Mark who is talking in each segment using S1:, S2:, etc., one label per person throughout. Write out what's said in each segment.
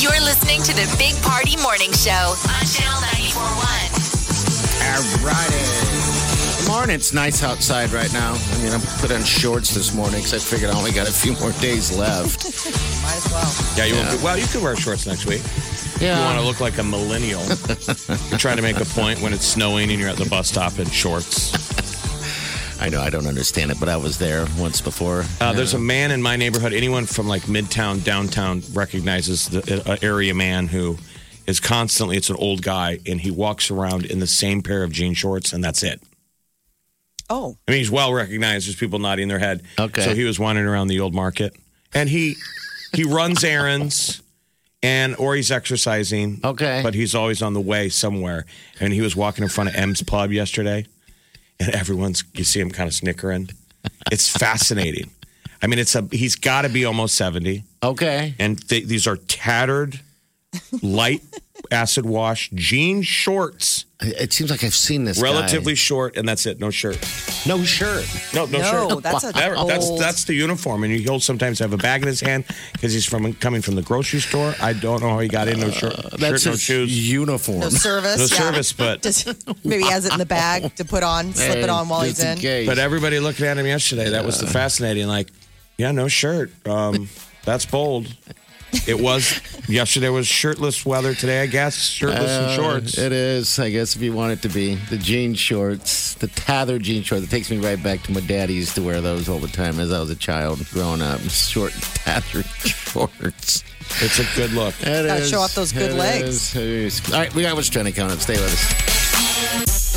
S1: You're listening to the Big Party Morning Show on Channel 941.
S2: All righty. Morning. It's nice outside right now. I mean, I put on shorts this morning because I figured I only got a few more days left.
S3: Yeah, you won't be- well, you could wear shorts next week. You want to look like a millennial. you're trying to make a point when it's snowing and you're at the bus stop in shorts.
S2: I know I don't understand it, but I was there once before.
S3: Uh, There's a man in my neighborhood. Anyone from like midtown, downtown recognizes the uh, area man who is constantly. It's an old guy, and he walks around in the same pair of jean shorts, and that's it.
S4: Oh,
S3: I mean, he's well recognized. There's people nodding their head.
S2: Okay.
S3: So he was wandering around the old market, and he he runs errands, and or he's exercising.
S2: Okay.
S3: But he's always on the way somewhere. And he was walking in front of M's Pub yesterday, and everyone's you see him kind of snickering. It's fascinating. I mean, it's a he's got to be almost seventy,
S2: Okay.
S3: and th- these are tattered, light acid wash jean shorts,
S2: It seems like I've seen this. guy.
S3: relatively short, and that's it. No shirt.
S2: no shirt.
S3: No, no,
S4: No,
S3: shirt.
S4: that's a
S3: Never- that's
S4: bold-
S3: that's the uniform, and he'll sometimes have a bag in his hand because he's from coming from the grocery store. I don't know how he got in no shirt,
S2: Uh, That's
S3: shirt no
S2: his
S3: shoes,
S2: uniform.
S4: no service.
S3: no
S4: yeah.
S3: service. But
S4: Does, maybe he has it in the bag to put on, slip it on while
S2: Just
S4: he's in.
S2: case.
S3: but everybody looking at him yesterday, that was the fascinating. Like, yeah, no shirt. Um, that's bold. It was yesterday was shirtless weather. Today, I guess shirtless and shorts.
S2: Uh, It is, I guess, if you want it to be. The jean shorts, the tather jean shorts. It takes me right back to my daddy used to wear those all the time as I was a child growing up. Short tather shorts.
S3: It's a good look.
S2: It
S4: Gotta
S2: is,
S4: show off those good
S2: it
S4: legs.
S2: is, it is. All right, we got what's trending coming up. Stay with us.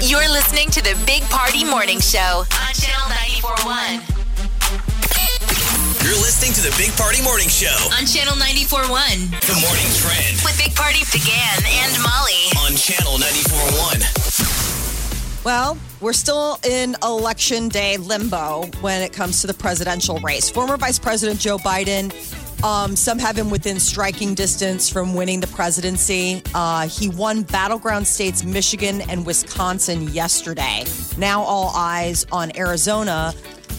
S1: You're listening to the Big Party Morning Show on Channel 941.
S5: You're listening to the Big Party Morning Show.
S1: On Channel 941
S5: The Morning Trend
S1: with Big Party began and Molly.
S5: on Channel 94.1.
S4: Well, we're still in election day limbo when it comes to the presidential race. Former Vice President Joe Biden, um, some have him within striking distance from winning the presidency. Uh, he won battleground states Michigan and Wisconsin yesterday. Now, all eyes on Arizona.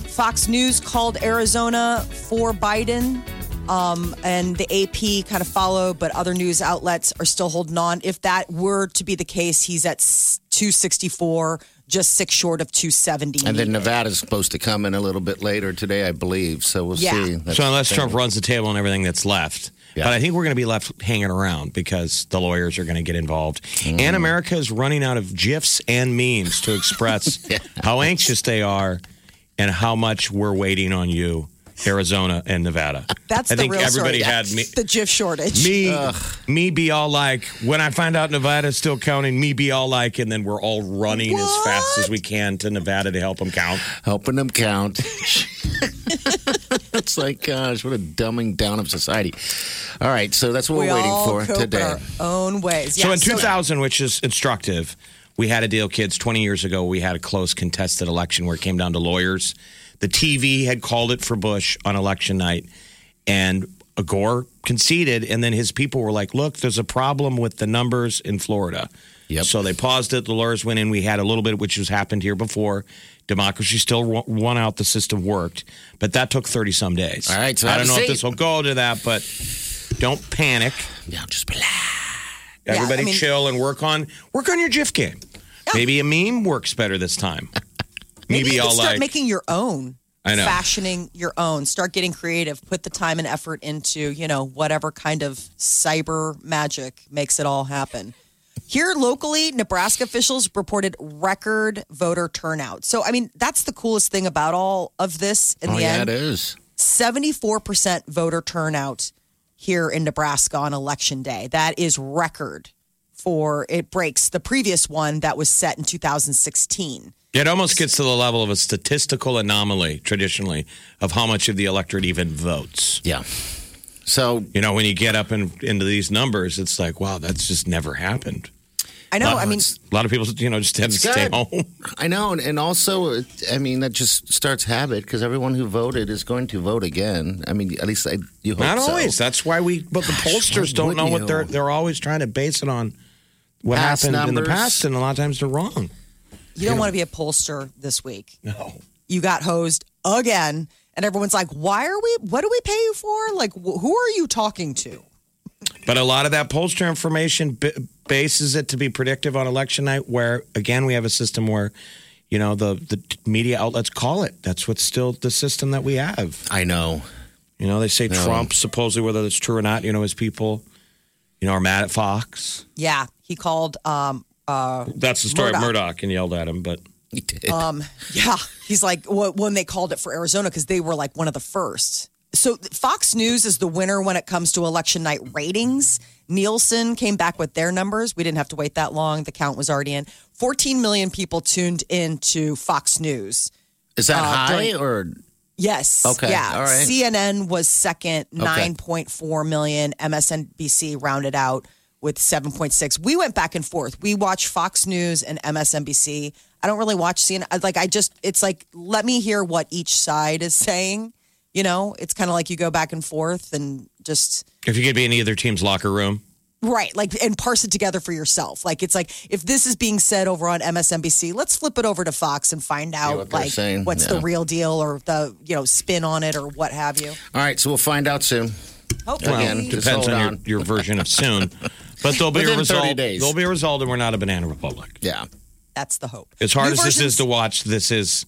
S4: Fox News called Arizona for Biden. Um, and the AP kind of follow, but other news outlets are still holding on. If that were to be the case, he's at s- 264, just six short of 270.
S2: And then Nevada's supposed to come in a little bit later today, I believe. So we'll
S4: Yeah.
S2: see. That's
S3: So unless
S2: the thing.
S3: Trump runs the table and everything that's left,
S2: Yeah.
S3: but I think we're going to be left hanging around because the lawyers are going to get involved,
S2: Mm-hmm.
S3: and America is running out of gifs and memes to express how anxious they are and how much we're waiting on you, Arizona and Nevada.
S4: That's
S3: I
S4: the
S3: think
S4: real
S3: everybody
S4: story.
S3: had me.
S4: the GIF shortage.
S3: Me, me be all like, when I find out Nevada's still counting, me be all like, and then we're all running as fast as we can to Nevada to help them count.
S2: helping them count. it's like, gosh, what a dumbing down of society. All right, so that's what
S4: we
S2: we're waiting
S4: all
S2: for
S4: cope
S2: today.
S4: our own ways.
S3: So
S4: Yeah,
S3: in 2000, which is instructive, we had a deal, kids. 20 years ago, we had a close contested election where it came down to lawyers. The TV had called it for Bush on election night, and Gore conceded. And then his people were like, look, there's a problem with the numbers in Florida.
S2: Yep.
S3: So they paused it. The lawyers went in. We had a little bit, which has happened here before. Democracy still wa- won out. The system worked, but that took 30 some days.
S2: All right, so
S3: I
S2: have a
S3: don't know if
S2: seat.
S3: this will go to that, but don't panic.
S2: Yeah, just relax.
S4: I
S3: Everybody
S4: mean-
S3: chill and work on work on your GIF game. Maybe a meme works better this time. Maybe,
S4: you
S3: I'll
S4: can start
S3: like
S4: making your own.
S3: I know.
S4: Fashioning your own. Start getting creative. Put the time and effort into, you know, whatever kind of cyber magic makes it all happen. Here locally, Nebraska officials reported record voter turnout. So, I mean, that's the coolest thing about all of this in
S2: Oh,
S4: the
S2: yeah,
S4: end.
S2: it is.
S4: 74% voter turnout here in Nebraska on election day. That is record for it breaks the previous one that was set in 2016.
S3: It almost gets to the level of a statistical anomaly, traditionally, of how much of the electorate even votes.
S2: Yeah. So
S3: You know, when you get up in, into these numbers, it's like, wow, that's just never happened.
S4: I know. I mean,
S3: A lot of people, you know, just have to
S2: It's
S3: stay
S2: good.
S3: home.
S2: I know, and, and also, it- I mean, that just starts habit because everyone who voted is going to vote again. I mean, at least I, you hope
S3: Not
S2: so.
S3: always. That's why we. But the pollsters
S2: why
S3: don't know
S2: wouldn't
S3: what they're.
S2: you?
S3: They're always trying to base it on what
S2: Past
S3: happened in the
S2: numbers.
S3: past, and a lot of times they're wrong.
S4: you don't want to be a pollster this week.
S3: No.
S4: You got hosed again, and everyone's like, "Why are we? What do we pay you for? Like, wh- who are you talking to?"
S3: But a lot of that pollster information b- bases it to be predictive on election night, where again we have a system where, you know, the the media outlets call it. That's what's still the system that we have.
S2: I know.
S3: You know, they say Trump supposedly, whether it's true or not, you know, his people, you know, are mad at Fox.
S4: Yeah, he called. Um, uh,
S3: That's the story of
S4: Murdoch.
S3: Murdoch and yelled at him. But
S2: You did.
S4: um, yeah, he's like wh- when they called it for Arizona because they were like one of the first. So Fox News is the winner when it comes to election night ratings. Nielsen came back with their numbers. We didn't have to wait that long. The count was already in. 14 million people tuned into Fox News.
S2: Is that high
S4: during-
S2: or
S4: Yes.
S2: Okay,
S4: Yeah.
S2: all right.
S4: CNN was second, 9.4 million. MSNBC rounded out with 7.6. We went back and forth. We watch Fox News and MSNBC. I don't really watch CNN. I- Like, I just, it's like, let me hear what each side is saying. You know, it's kind of like you go back and forth and just.
S3: if you could be in either team's locker room,
S4: Right, like and parse it together for yourself. Like it's like if this is being said over on MSNBC, let's flip it over to Fox and find out
S2: what they're
S4: like
S2: saying,
S4: what's the
S2: yeah.
S4: real deal or the you know spin on it or what have you.
S2: all right? So we'll find out soon.
S4: Hopefully,
S2: Again, Just
S3: depends
S2: hold
S3: on,
S2: on.
S3: Your, your version of soon. But there'll be a
S2: Within 30
S3: result.
S2: days.
S3: There'll be a result, and we're not a banana republic.
S2: Yeah.
S4: that's the hope.
S3: As hard
S4: New
S3: as this is
S4: versions-
S3: to watch, this is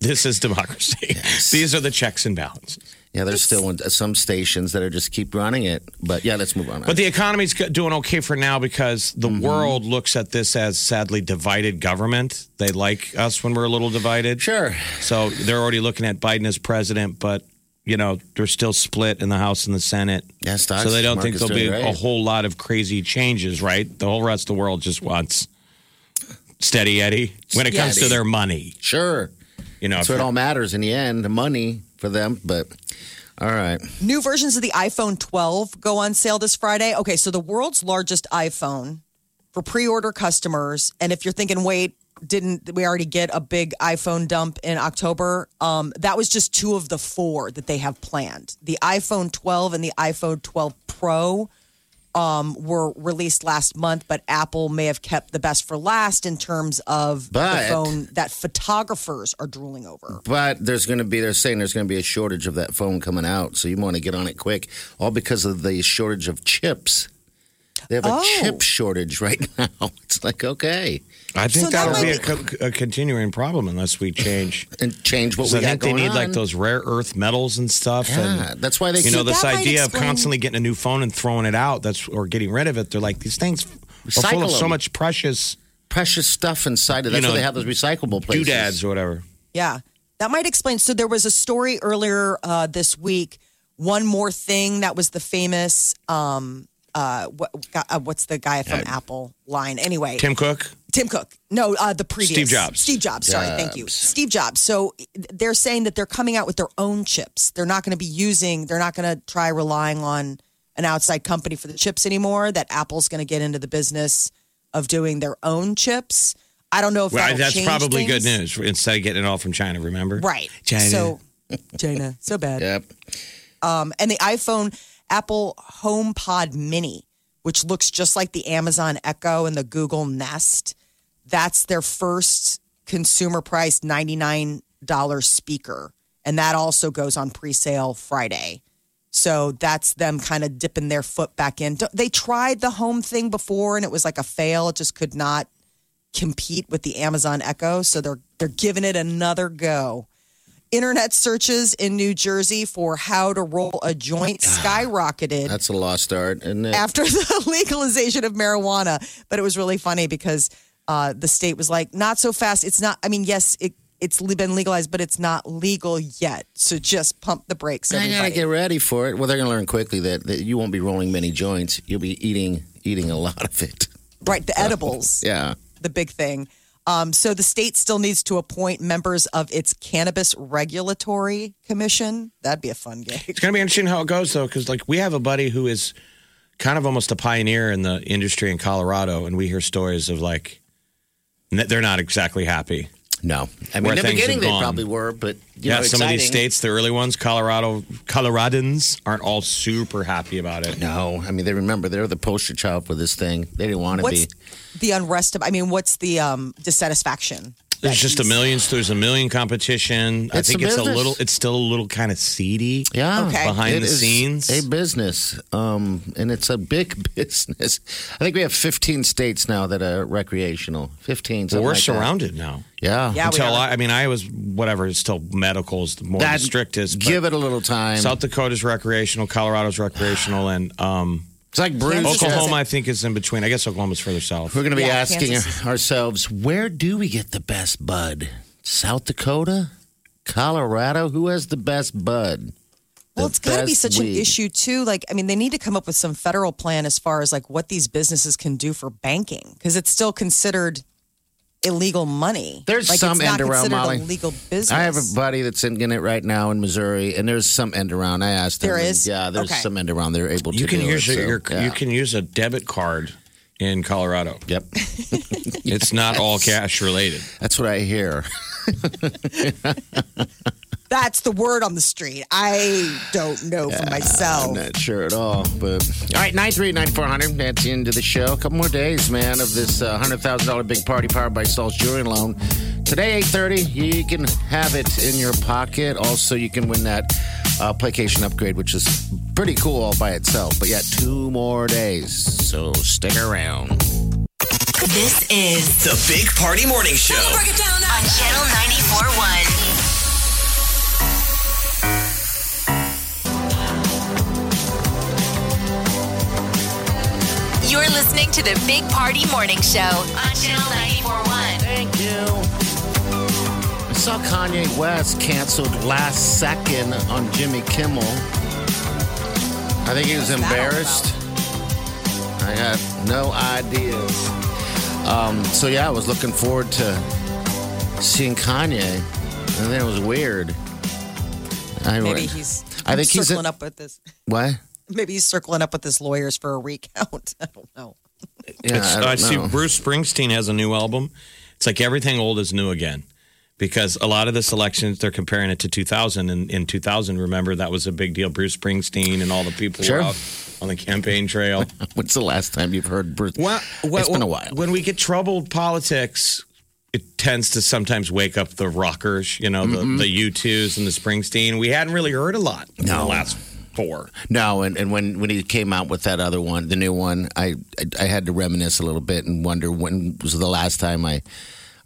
S3: this is democracy. These are the checks and balances.
S2: Yeah, there's still uh, some stations that are just keep running it, but yeah, let's move on.
S3: But the economy's go- doing okay for now because the
S2: Mm-hmm.
S3: world looks at this as sadly divided government. They like us when we're a little divided.
S2: sure,
S3: So they're already looking at Biden as president, but you know they're still split in the House and the Senate.
S2: Yeah, stocks
S3: so they don't think
S2: market's
S3: there'll be
S2: doing
S3: a
S2: great.
S3: whole lot of crazy changes, right? The whole rest of the world just wants steady Eddie when it comes to
S2: Steady.
S3: their money.
S2: sure.
S3: You know,
S2: That's what all matters in the end, the money for them. But all right,
S4: New versions of the iPhone 12 go on sale this Friday. Okay, so the world's largest iPhone for pre-order customers, and if you're thinking, wait, didn't we already get a big iPhone dump in October? Um, that was just two of the four that they have planned. The iPhone 12 and the iPhone 12 Pro um, were released last month, but Apple may have kept the best for last in terms of the
S2: But-
S4: phone that photographers are drooling over.
S2: but there's going to be they're saying there's going to be a shortage of that phone coming out, so you want to get on it quick, all because of the shortage of chips. They have a
S4: Oh.
S2: chip shortage right now. It's like okay,
S3: I think
S4: So that
S3: that'll
S4: might
S3: be a, co- a continuing problem unless we change.
S2: and change what
S3: 'Cause
S2: we
S3: I
S2: got
S3: think they
S2: going
S3: need like
S2: on.
S3: those rare earth metals and stuff.
S2: Yeah,
S3: and
S2: that's why they
S3: you know
S2: keep-
S3: this
S4: that might
S3: idea of
S4: explain-
S3: constantly getting a new phone and throwing it out. That's or getting rid of it. They're like these things are full
S2: Recycle
S3: of so
S2: them.
S3: much precious
S2: precious stuff inside it. That's
S3: know,
S2: why they have those recyclable places.
S3: doodads or whatever.
S4: Yeah. That might explain. So there was a story earlier uh, this week. One more thing that was the famous. Um, uh, what, uh, what's the guy from Apple line? Anyway,
S3: Tim Cook.
S4: Tim Cook. No, uh, the previous
S3: Steve Jobs.
S4: Steve Jobs. Sorry, thank you, Steve Jobs. So they're saying that they're coming out with their own chips. They're not going to be using. They're not going to try relying on an outside company for the chips anymore. That Apple's going to get into the business of doing their own chips. I don't know if
S3: Well,
S4: that'll
S3: that's
S4: change
S3: probably good
S4: things.
S3: news instead of getting it all from China. Remember?
S4: Right.
S3: China.
S4: So China, so bad.
S2: Yep.
S4: Um, and the iPhone Apple HomePod Mini, which looks just like the Amazon Echo and the Google Nest. That's their first consumer price $99 speaker. And that also goes on pre-sale Friday. So that's them kind of dipping their foot back in. Don't- They tried the home thing before and it was like a fail. It just could not compete with the Amazon Echo, so they're they're giving it another go. Internet searches in New Jersey for how to roll a joint skyrocketed
S2: That's a lost art, isn't it?
S4: after the legalization of marijuana. But it was really funny because uh, the state was like, "Not so fast. It's not. I mean, yes, it it's li- been legalized, but it's not legal yet. So just pump the brakes,
S2: I gotta
S4: everybody."
S2: get ready for it. Well, they're gonna learn quickly that, that you won't be rolling many joints. You'll be eating eating a lot of it.
S4: right, the edibles.
S2: Yeah.
S4: the big thing. Um, so the state still needs to appoint members of its cannabis regulatory commission. That'd be a fun gig.
S3: It's going to be interesting how it goes, though, because like we have a buddy who is kind of almost a pioneer in the industry in Colorado, and we hear stories of like n- they're not exactly happy.
S2: No. I mean,
S3: Where
S2: in the
S3: things
S2: beginning
S3: have
S2: they
S3: gone.
S2: probably were, but you
S3: Yeah,
S2: know,
S3: some of these
S2: exciting.
S3: states, the early ones, Colorado, Coloradans aren't all super happy about it.
S2: No, I mean they remember they're the poster child for this thing. They didn't want to
S4: What's
S2: be.
S4: the unrest? Of, I mean, what's the um, dissatisfaction?
S3: There's just a million. There's a million competition. I
S2: It's
S3: think
S2: a
S3: it's a
S2: business.
S3: little. It's still a little kind of seedy.
S2: Yeah,
S4: Okay.
S3: Behind
S2: It
S3: the
S2: is
S3: scenes.
S2: a business, um, and it's a big business. I think we have 15 states now that are recreational. 15.
S3: We're
S2: something like that.
S3: surrounded now.
S2: Yeah,
S4: Yeah, we
S3: Until
S4: are.
S3: I, I mean, I was whatever. It's still medical is the more the strictest. but
S2: Give it a little time.
S3: South Dakota's recreational, Colorado's recreational, and um,
S2: it's like Bruce.
S4: Kansas
S2: said.
S3: Oklahoma, I think, is in between. I guess Oklahoma's further south.
S2: We're going to be
S4: Yeah,
S2: asking
S4: Kansas.
S2: ourselves, where do we get the best bud? South Dakota, Colorado. Who has the best bud?
S4: Well,
S2: The
S4: it's got to be
S2: best
S4: such
S2: weed.
S4: an issue too. Like, I mean, they need to come up with some federal plan as far as like what these businesses can do for banking because it's still considered illegal money.
S2: There's
S4: like, it's
S2: some end
S4: not
S2: around,
S4: considered
S2: Molly.
S4: A legal business.
S2: I have a buddy that's in, in it right now in Missouri, and there's some end around. I asked him.
S4: There
S2: and
S4: is?
S2: yeah, there's
S4: Okay.
S2: some end around. They're able to.
S3: You can
S2: do
S3: use
S2: it,
S3: your,
S2: so,
S3: your
S2: yeah.
S3: you can use a debit card in Colorado.
S2: Yep,
S3: It's not all cash related.
S2: that's what I hear.
S4: That's the word on the street. I don't know for myself.
S2: Not sure at all, but all right, nine three nine four hundred. That's the end of the show. A couple more days, man, of this uh, hundred thousand dollar big party powered by Saul's Jewelry and Loan. Today, eight thirty, you can have it in your pocket. Also, you can win that uh, placation upgrade, which is pretty cool all by itself. But yeah, two more days, so stick around.
S1: This is
S5: The Big Party Morning Show.
S1: on Channel 94.1. You're listening to the Big Party Morning Show on Channel 94.1.
S2: Thank you. I saw Kanye West canceled last second on Jimmy Kimmel. I think he was
S4: What's that all
S2: embarrassed. I have no idea. Um, so yeah, I was looking forward to seeing Kanye, and then it was weird. I
S4: Maybe he's.
S2: I think he's
S4: circling
S2: a-
S4: up with this.
S2: what?
S4: Maybe he's circling up with his lawyers for a recount. I don't know.
S2: Yeah,
S3: It's-
S2: I don't
S3: I, see
S2: know.
S3: Bruce Springsteen has a new album. It's like everything old is new again. Because a lot of this election, they're comparing it to 2000. And in 2000, remember, that was a big deal. Bruce Springsteen and all the people
S2: Sure.
S3: were out on the campaign trail.
S2: When's the last time you've heard Bruce?
S3: Well, well,
S2: it's been a while.
S3: When we get troubled politics, it tends to sometimes wake up the rockers, you know, the, the U2s and the Springsteen. We hadn't really heard a lot in the
S2: No.
S3: last four.
S2: No, and, and when, when he came out with that other one, the new one, I, I I had to reminisce a little bit and wonder when was the last time I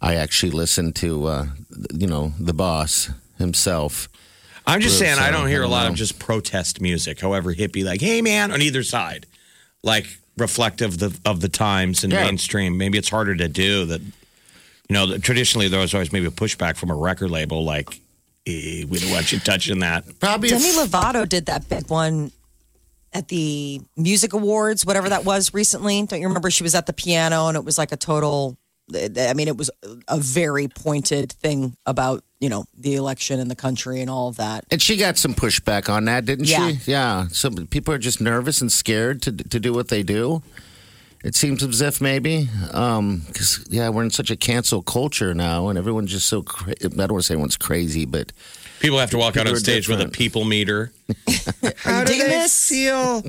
S2: I actually listened to uh, you know the boss himself.
S3: I'm just
S2: Bruce,
S3: saying, I
S2: I
S3: don't hear a
S2: don't
S3: lot of
S2: know.
S3: just protest music, however hippie, like, hey man, on either side, like reflective of the, of the times and
S2: Yeah.
S3: mainstream. Maybe it's harder to do that. You know, traditionally there was always maybe a pushback from a record label, like, eh, we don't want you touching that.
S2: Probably
S4: Demi Lovato did that big one at the Music Awards, whatever that was recently. Don't you remember? She was at the piano and it was like a total. I mean, it was a very pointed thing about you know the election in the country and all of that.
S2: and she got some pushback on that, didn't
S4: Yeah.
S2: she? Yeah. So people are just nervous and scared to to do what they do. It seems as if maybe because yeah, we're in such a cancel culture now, and everyone's just so cra- I don't want to say everyone's crazy, but
S3: People have to walk out
S2: People
S3: on
S2: are
S3: stage with a
S2: different.
S3: people meter.
S4: Are you digging this?
S3: feel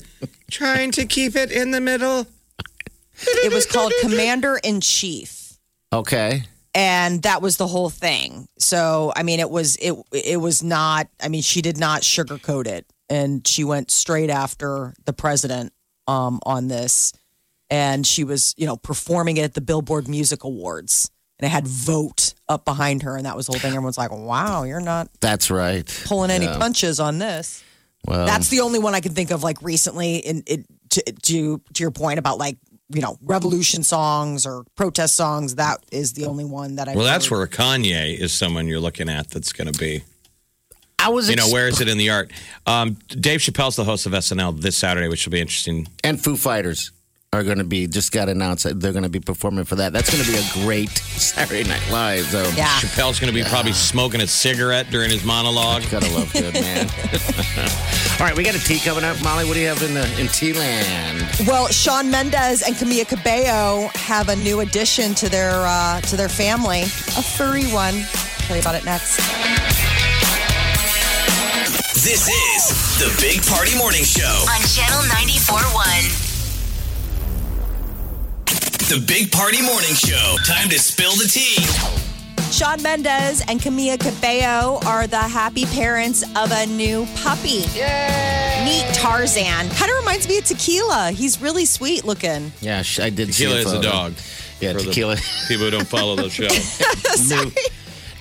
S3: trying to keep it in the middle?
S4: It was called Commander in Chief.
S2: okay.
S4: and that was the whole thing so i mean it was it it was not i mean she did not sugarcoat it and she went straight after the president um on this and she was you know performing it at the billboard music awards and it had vote up behind her and that was the whole thing everyone's like wow you're not
S2: That's right.
S4: pulling any
S2: Yeah.
S4: punches on this
S2: Well,
S4: that's the only one I can think of, like recently, in it to to, to your point about like you know revolution songs or protest songs. That is the only one that I.
S3: Well, that's where Kanye is someone you're looking at that's going to be.
S2: I was
S3: You know,
S2: ex-
S3: where is it in the art? Um, Dave Chappelle's the host of SNL this Saturday, which will be interesting.
S2: and Foo Fighters. are going to be just got announced that they're going to be performing for that. That's going to be a great Saturday Night Live, though.
S4: Yeah.
S3: Chappelle's going to be probably smoking a cigarette during his monologue.
S2: Gotta love good, man. All right, we got a tea coming up. Molly, what do you have in, the, in tea land?
S4: Well, Sean Mendez and Camilla Cabello have a new addition to their uh, to their family, a furry one. tell you about it next.
S5: This is the Big Party Morning Show.
S1: on Channel 94.1.
S5: The Big Party Morning Show. Time to spill the tea.
S4: Sean Mendez and Camilla Cabello are the happy parents of a new puppy. Meet Tarzan. Kind of reminds me of Tequila. He's really sweet looking.
S2: Yeah, sh- I did
S3: Tequila
S2: see
S3: is a
S2: photo.
S3: dog.
S2: Yeah,
S3: For the
S2: tequila.
S3: People who don't follow the show.
S2: new,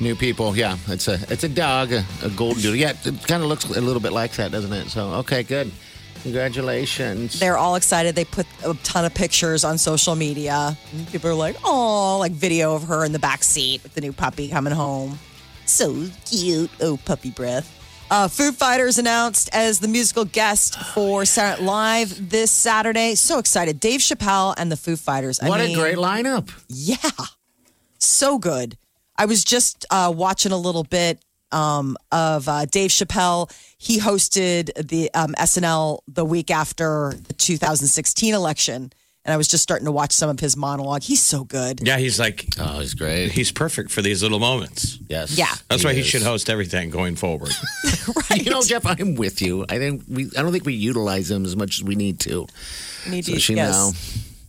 S2: new people. Yeah, it's a it's a dog, a, a golden doodle. Yeah, it kind of looks a little bit like that, doesn't it? So okay, good. Congratulations.
S4: They're all excited. They put a ton of pictures on social media. And People are like, oh, like video of her in the back seat with the new puppy coming home. So cute. Oh, puppy breath. Uh, Food Fighters announced as the musical guest for Saturday Night Live this Saturday. So excited. Dave Chappelle and the Foo Fighters. I
S2: what
S4: mean,
S2: a great lineup.
S4: Yeah. So good. I was just uh, watching a little bit um, of uh, Dave Chappelle. He hosted the um, SNL the week after the 2016 election. And I was just starting to watch some of his monologue. He's so good.
S3: Yeah, he's like,
S2: Oh, he's great.
S3: he's perfect for these little moments.
S2: Yes.
S4: Yeah.
S3: That's why he
S2: is.
S3: should host everything going forward.
S2: You know, Jeff, I'm with you. I think we I don't think we utilize him as much as we need to.
S4: Need
S2: So
S4: to-
S2: she
S4: yes.
S2: now.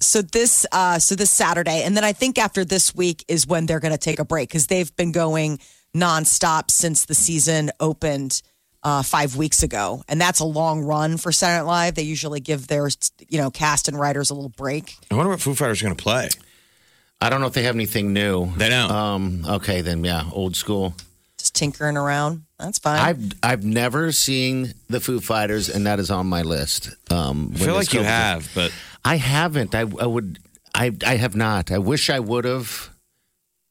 S4: So this, uh, so this Saturday, and then I think after this week is when they're going to take a break because they've been going nonstop since the season opened uh, five weeks ago, and that's a long run for Saturday Night Live. They usually give their, you know, cast and writers a little break.
S3: I wonder what Foo Fighters are going to play.
S2: I don't know if they have anything new.
S3: They don't.
S2: Um, okay, then yeah, old school.
S4: just tinkering around. That's fine.
S2: I've I've never seen the Foo Fighters, and that is on my list. Um,
S3: I feel like you have, but
S2: I haven't. I, I would. I I have not. I wish I would have,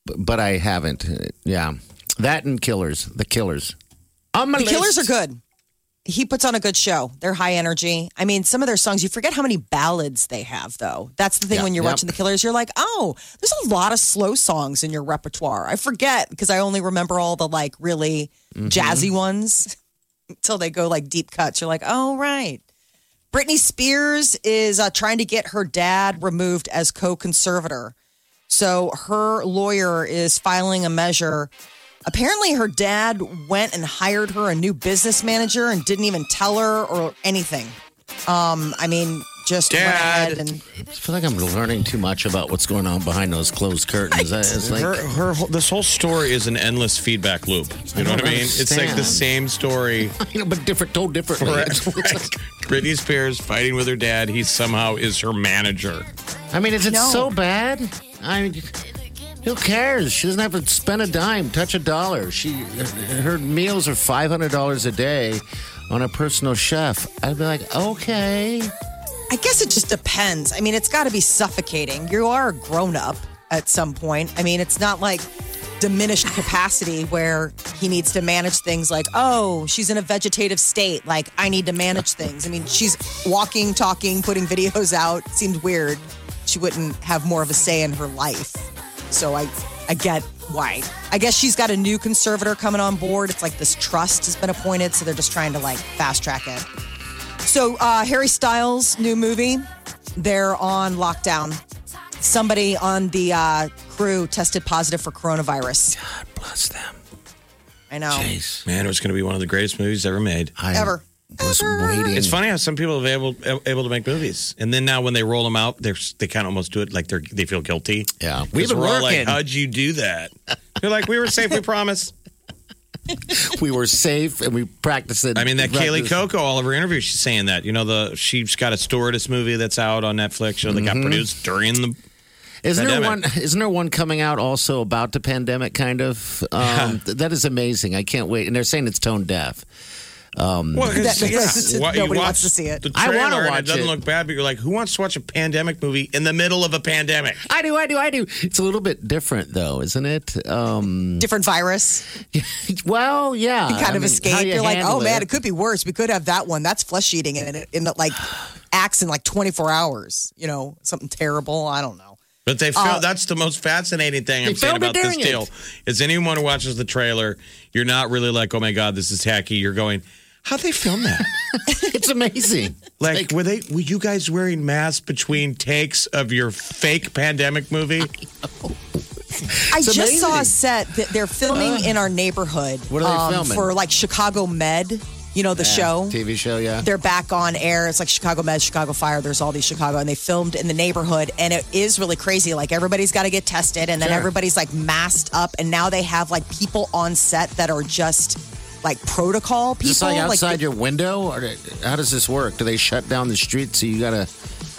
S2: b- but I haven't. Uh, Yeah, that and Killers. The Killers. On my
S4: the Killers are
S2: list.
S4: good. He puts on a good show. They're high energy. I mean, some of their songs, you forget how many ballads they have, though. That's the thing
S2: Yeah,
S4: when you're
S2: yep.
S4: watching The Killers, you're like, oh, there's a lot of slow songs in your repertoire. I forget because I only remember all the like really
S2: Mm-hmm.
S4: jazzy ones until they go like deep cuts. You're like, oh, right. Britney Spears is uh, trying to get her dad removed as co conservator. So her lawyer is filing a measure. Apparently, her dad went and hired her a new business manager and didn't even tell her or anything. Um, I mean, just
S3: Dad.
S4: went ahead and
S2: I feel like I'm learning too much about what's going on behind those closed curtains. I- It's like
S3: her, her whole, this whole story is an endless feedback loop. You know
S2: I
S3: what I
S2: don't
S3: mean? It's like the same story.
S2: you know, but different, told differently. It's- it's like-
S3: Britney Spears fighting with her dad. He somehow is her manager.
S2: I mean, is it
S4: No.
S2: so bad? I mean, who cares? She doesn't have to spend a dime, touch a dollar. She, her meals are five hundred dollars a day on a personal chef. I'd be like, okay.
S4: I guess it just depends. I mean, it's got to be suffocating. You are a grown up at some point. I mean, it's not like diminished capacity where he needs to manage things like, oh, she's in a vegetative state. Like, I need to manage things. I mean, she's walking, talking, putting videos out. Seems weird. She wouldn't have more of a say in her life. So I, I get why. I guess she's got a new conservator coming on board. It's like this trust has been appointed. So they're just trying to like fast track it. So uh, Harry Styles' new movie, they're on lockdown. Somebody on the uh, crew tested positive for coronavirus.
S2: God bless them.
S4: I know.
S2: Jeez.
S3: Man, it was going to be one of the greatest movies ever made.
S2: I
S4: Ever.
S2: was waiting.
S3: It's funny how some people have able able to make movies, and then now when they roll them out, they're, they kind of almost do it like they are they feel guilty.
S2: Yeah.
S3: we
S2: We've been
S3: were all like,
S2: working.
S3: "How'd you do that?" You're like, "We were safe. We promise."
S2: We were safe and we practiced it.
S3: I mean, that
S2: We
S3: Kaylee
S2: practiced-
S3: Coco, all of her interviews, she's saying that. You know, the she's got a stewardess movie that's out on Netflix. You know, that got produced during the
S2: Isn't there one?
S3: pandemic.
S2: Isn't there one coming out also about the pandemic? Kind of. Um, th- that is amazing. I can't wait. And they're saying it's tone deaf.
S3: Well, 'cause,
S4: That-
S3: yeah,
S4: that's-
S3: what- you
S4: nobody
S3: watch
S4: wants to see it.
S3: The
S2: I
S3: trailer
S2: wanna
S3: and
S2: watch
S3: it. Doesn't
S2: it.
S3: look bad, but you're like, who wants to watch a pandemic movie in the middle of a pandemic?
S2: I do. I do. I do. It's a little bit different, though, isn't it? Um,
S4: Different virus.
S2: well, yeah.
S4: You
S2: Uh,
S4: kind
S2: I
S4: of
S2: mean, how
S4: escape. You're like,
S2: handle
S4: oh man, it
S2: it.
S4: could be worse. We could have that one. That's flesh eating in it. In the, like, acts in like 24 hours. You know, something terrible. I don't know.
S3: But they fil- that's the most fascinating thing
S2: Uh,
S3: I'm
S2: they
S3: saying
S2: filmed it
S3: about this
S2: during it.
S3: deal is anyone who watches the trailer, you're not really like, oh my god, this is hacky. You're going, how they film that?
S2: It's amazing.
S3: like, were they were you guys wearing masks between takes of your fake pandemic movie?
S4: I
S2: It's
S4: just saw a
S2: amazing. Uh.
S4: set that they're filming in our neighborhood. um,
S2: What are they filming?
S4: For like Chicago Med, you know, the show.
S2: TV show, yeah.
S4: They're back on air. It's like Chicago Med, Chicago Fire. There's all these Chicago, and they filmed in the neighborhood, and it is really crazy. Like everybody's got to get tested, and then
S2: Sure.
S4: everybody's like masked up, and now they have like people on set that are just like protocol people.
S2: Is this like outside
S4: the-
S2: your window? Or how does this work? Do they shut down the street so you gotta?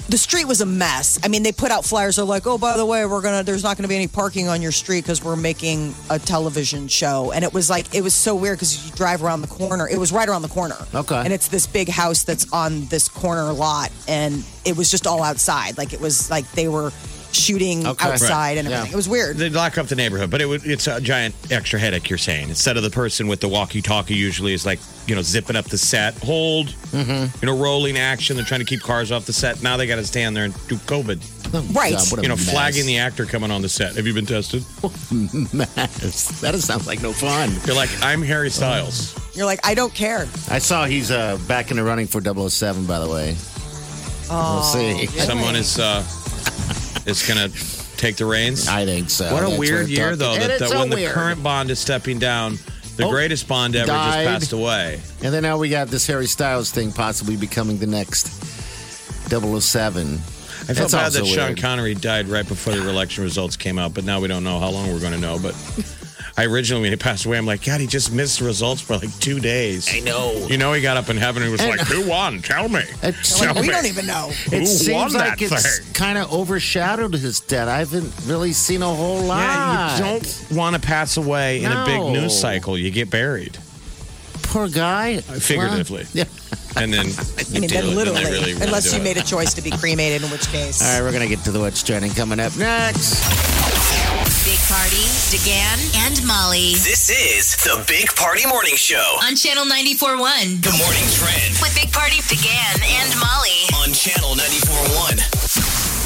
S4: the street was a mess. I mean, they put out flyers. They're like, "Oh, by the way, we're gonna there's not gonna be any parking on your street because we're making a television show." And it was like it was so weird because you drive around the corner. It was right around the corner.
S2: Okay.
S4: And it's this big house that's on this corner lot, and it was just all outside. Like it was like they were shooting
S2: Okay.
S4: outside and
S2: Right. Yeah.
S4: everything. It was weird.
S3: They lock up the neighborhood, but it would, it's a giant extra headache. You're saying instead of the person with the walkie-talkie, usually is like you know zipping up the set, hold,
S2: Mm-hmm.
S3: you know, rolling action. They're trying to keep cars off the set. Now they got to stand there and do COVID.
S4: Right.
S2: oh, what a
S3: you know,
S2: mess.
S3: flagging the actor coming on the set. Have you been tested?
S2: mess. That does sound like no fun.
S3: You're like, I'm Harry Styles.
S4: You're like, I don't care.
S2: I saw he's uh, back in the running for 007, by the way. we'll
S4: Oh.
S2: see.
S3: Someone is uh, is gonna take the reins.
S2: I think so.
S3: what
S2: That's
S3: a weird
S2: I
S3: year,
S2: thought.
S3: though.
S2: And
S3: That,
S2: it's
S3: that
S2: so
S3: when the
S2: weird.
S3: current Bond is stepping down, the
S2: Oh,
S3: greatest Bond ever
S2: died.
S3: just passed away.
S2: And then now we got this Harry Styles thing possibly becoming the next 007.
S3: I felt
S2: That's
S3: bad
S2: also
S3: that Sean
S2: weird.
S3: Connery died right before the election results came out, but now we don't know how long we're going to know. But I originally, when he passed away, I'm like, God, he just missed the results for like two days. I know. You know, he got up in heaven and was like, Who won? Tell me.
S2: It's-
S3: Tell
S4: We
S3: me.
S4: don't even know.
S2: It
S3: Who won
S2: seems
S3: that
S2: like it's
S3: thing?
S2: kind of overshadowed his death. I haven't really seen a whole lot.
S3: Yeah, you don't want to pass away in a big
S2: No.
S3: news cycle. You get buried,
S2: Poor guy.
S3: figuratively.
S2: Yeah.
S3: and then
S4: I mean, then literally, unless you made
S3: it.
S4: a choice to be cremated, in which case.
S2: All right, we're going to get to the What's Trending coming up next.
S1: Big Party, DeGan, and Molly
S5: This is the Big Party Morning Show.
S1: on Channel 94.1.
S5: The morning trend
S1: With Big Party, DeGan, and Molly.
S5: on Channel 94.1.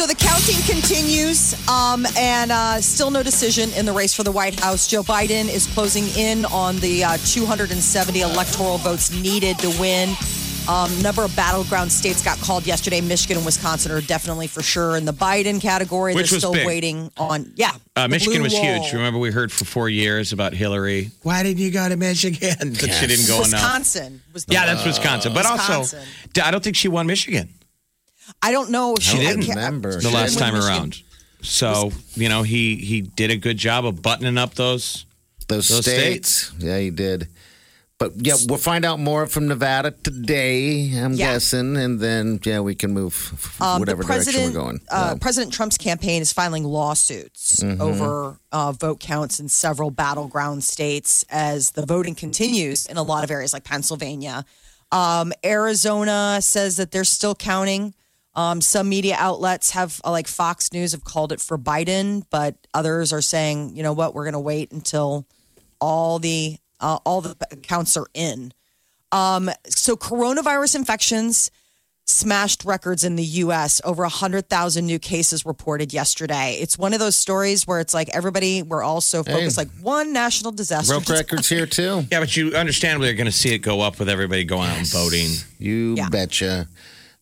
S4: So the counting continues, um, and uh, still no decision in the race for the White House. Joe Biden is closing in on the uh, 270 electoral votes needed to win. Um, number of battleground states got called yesterday. Michigan and Wisconsin are definitely for sure in the Biden category.
S3: Which
S4: They're
S3: was
S4: still
S3: big.
S4: waiting on. Yeah,
S3: Uh,
S4: the
S3: Michigan
S4: blue
S3: was
S4: wall.
S3: huge. Remember, we heard for four years about Hillary. Why did you go to Michigan? But she didn't go enough.
S4: Wisconsin was the
S3: Yeah, that's Wisconsin. But also,
S4: Wisconsin.
S3: I don't think she won Michigan
S4: I don't know if she,
S3: She
S4: I
S3: didn't
S4: can't-
S2: remember.
S3: the
S2: She
S3: last
S4: didn't
S3: time
S4: win Michigan.
S3: around. So you know, he he did a good job of buttoning up those.
S2: Those,
S3: Those
S2: states. Yeah, he did. But yeah, we'll find out more from Nevada today, I'm
S4: Yeah.
S2: guessing. And then, yeah, we can move f-
S4: Um,
S2: whatever
S4: the
S2: direction
S4: president,
S2: we're going.
S4: Uh,
S2: Yeah. Mm-hmm.
S4: President Trump's campaign is filing lawsuits over uh, vote counts in several battleground states as the voting continues in a lot of areas like Pennsylvania. Um, Arizona says that they're still counting. Um, some media outlets have, uh, like Fox News, have called it for Biden, but others are saying, you know what, we're going to wait until all the uh, all the counts are in. Um, so coronavirus infections smashed records in the US. Over 100,000 new cases reported yesterday. It's one of those stories where it's like everybody, we're all so focused, like one national disaster.
S2: Broke records here, too.
S3: Yeah, but you understandably are going to see it go up with everybody going out and voting.
S2: You
S4: Yeah.
S2: betcha.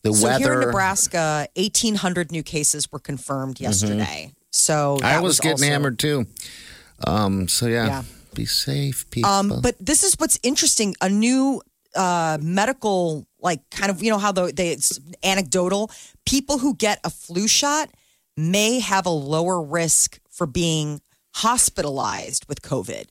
S2: The
S4: So
S2: weather.
S4: here in Nebraska, 1,800 new cases were confirmed yesterday. So that
S2: Mm-hmm. I was, getting
S4: also-
S2: hammered, too. Um, so, yeah,
S4: Yeah.
S2: be safe, people.
S4: Um, but this is what's interesting. A new uh, medical, like kind of, you know how the, they it's anecdotal. People who get a flu shot may have a lower risk for being hospitalized with COVID.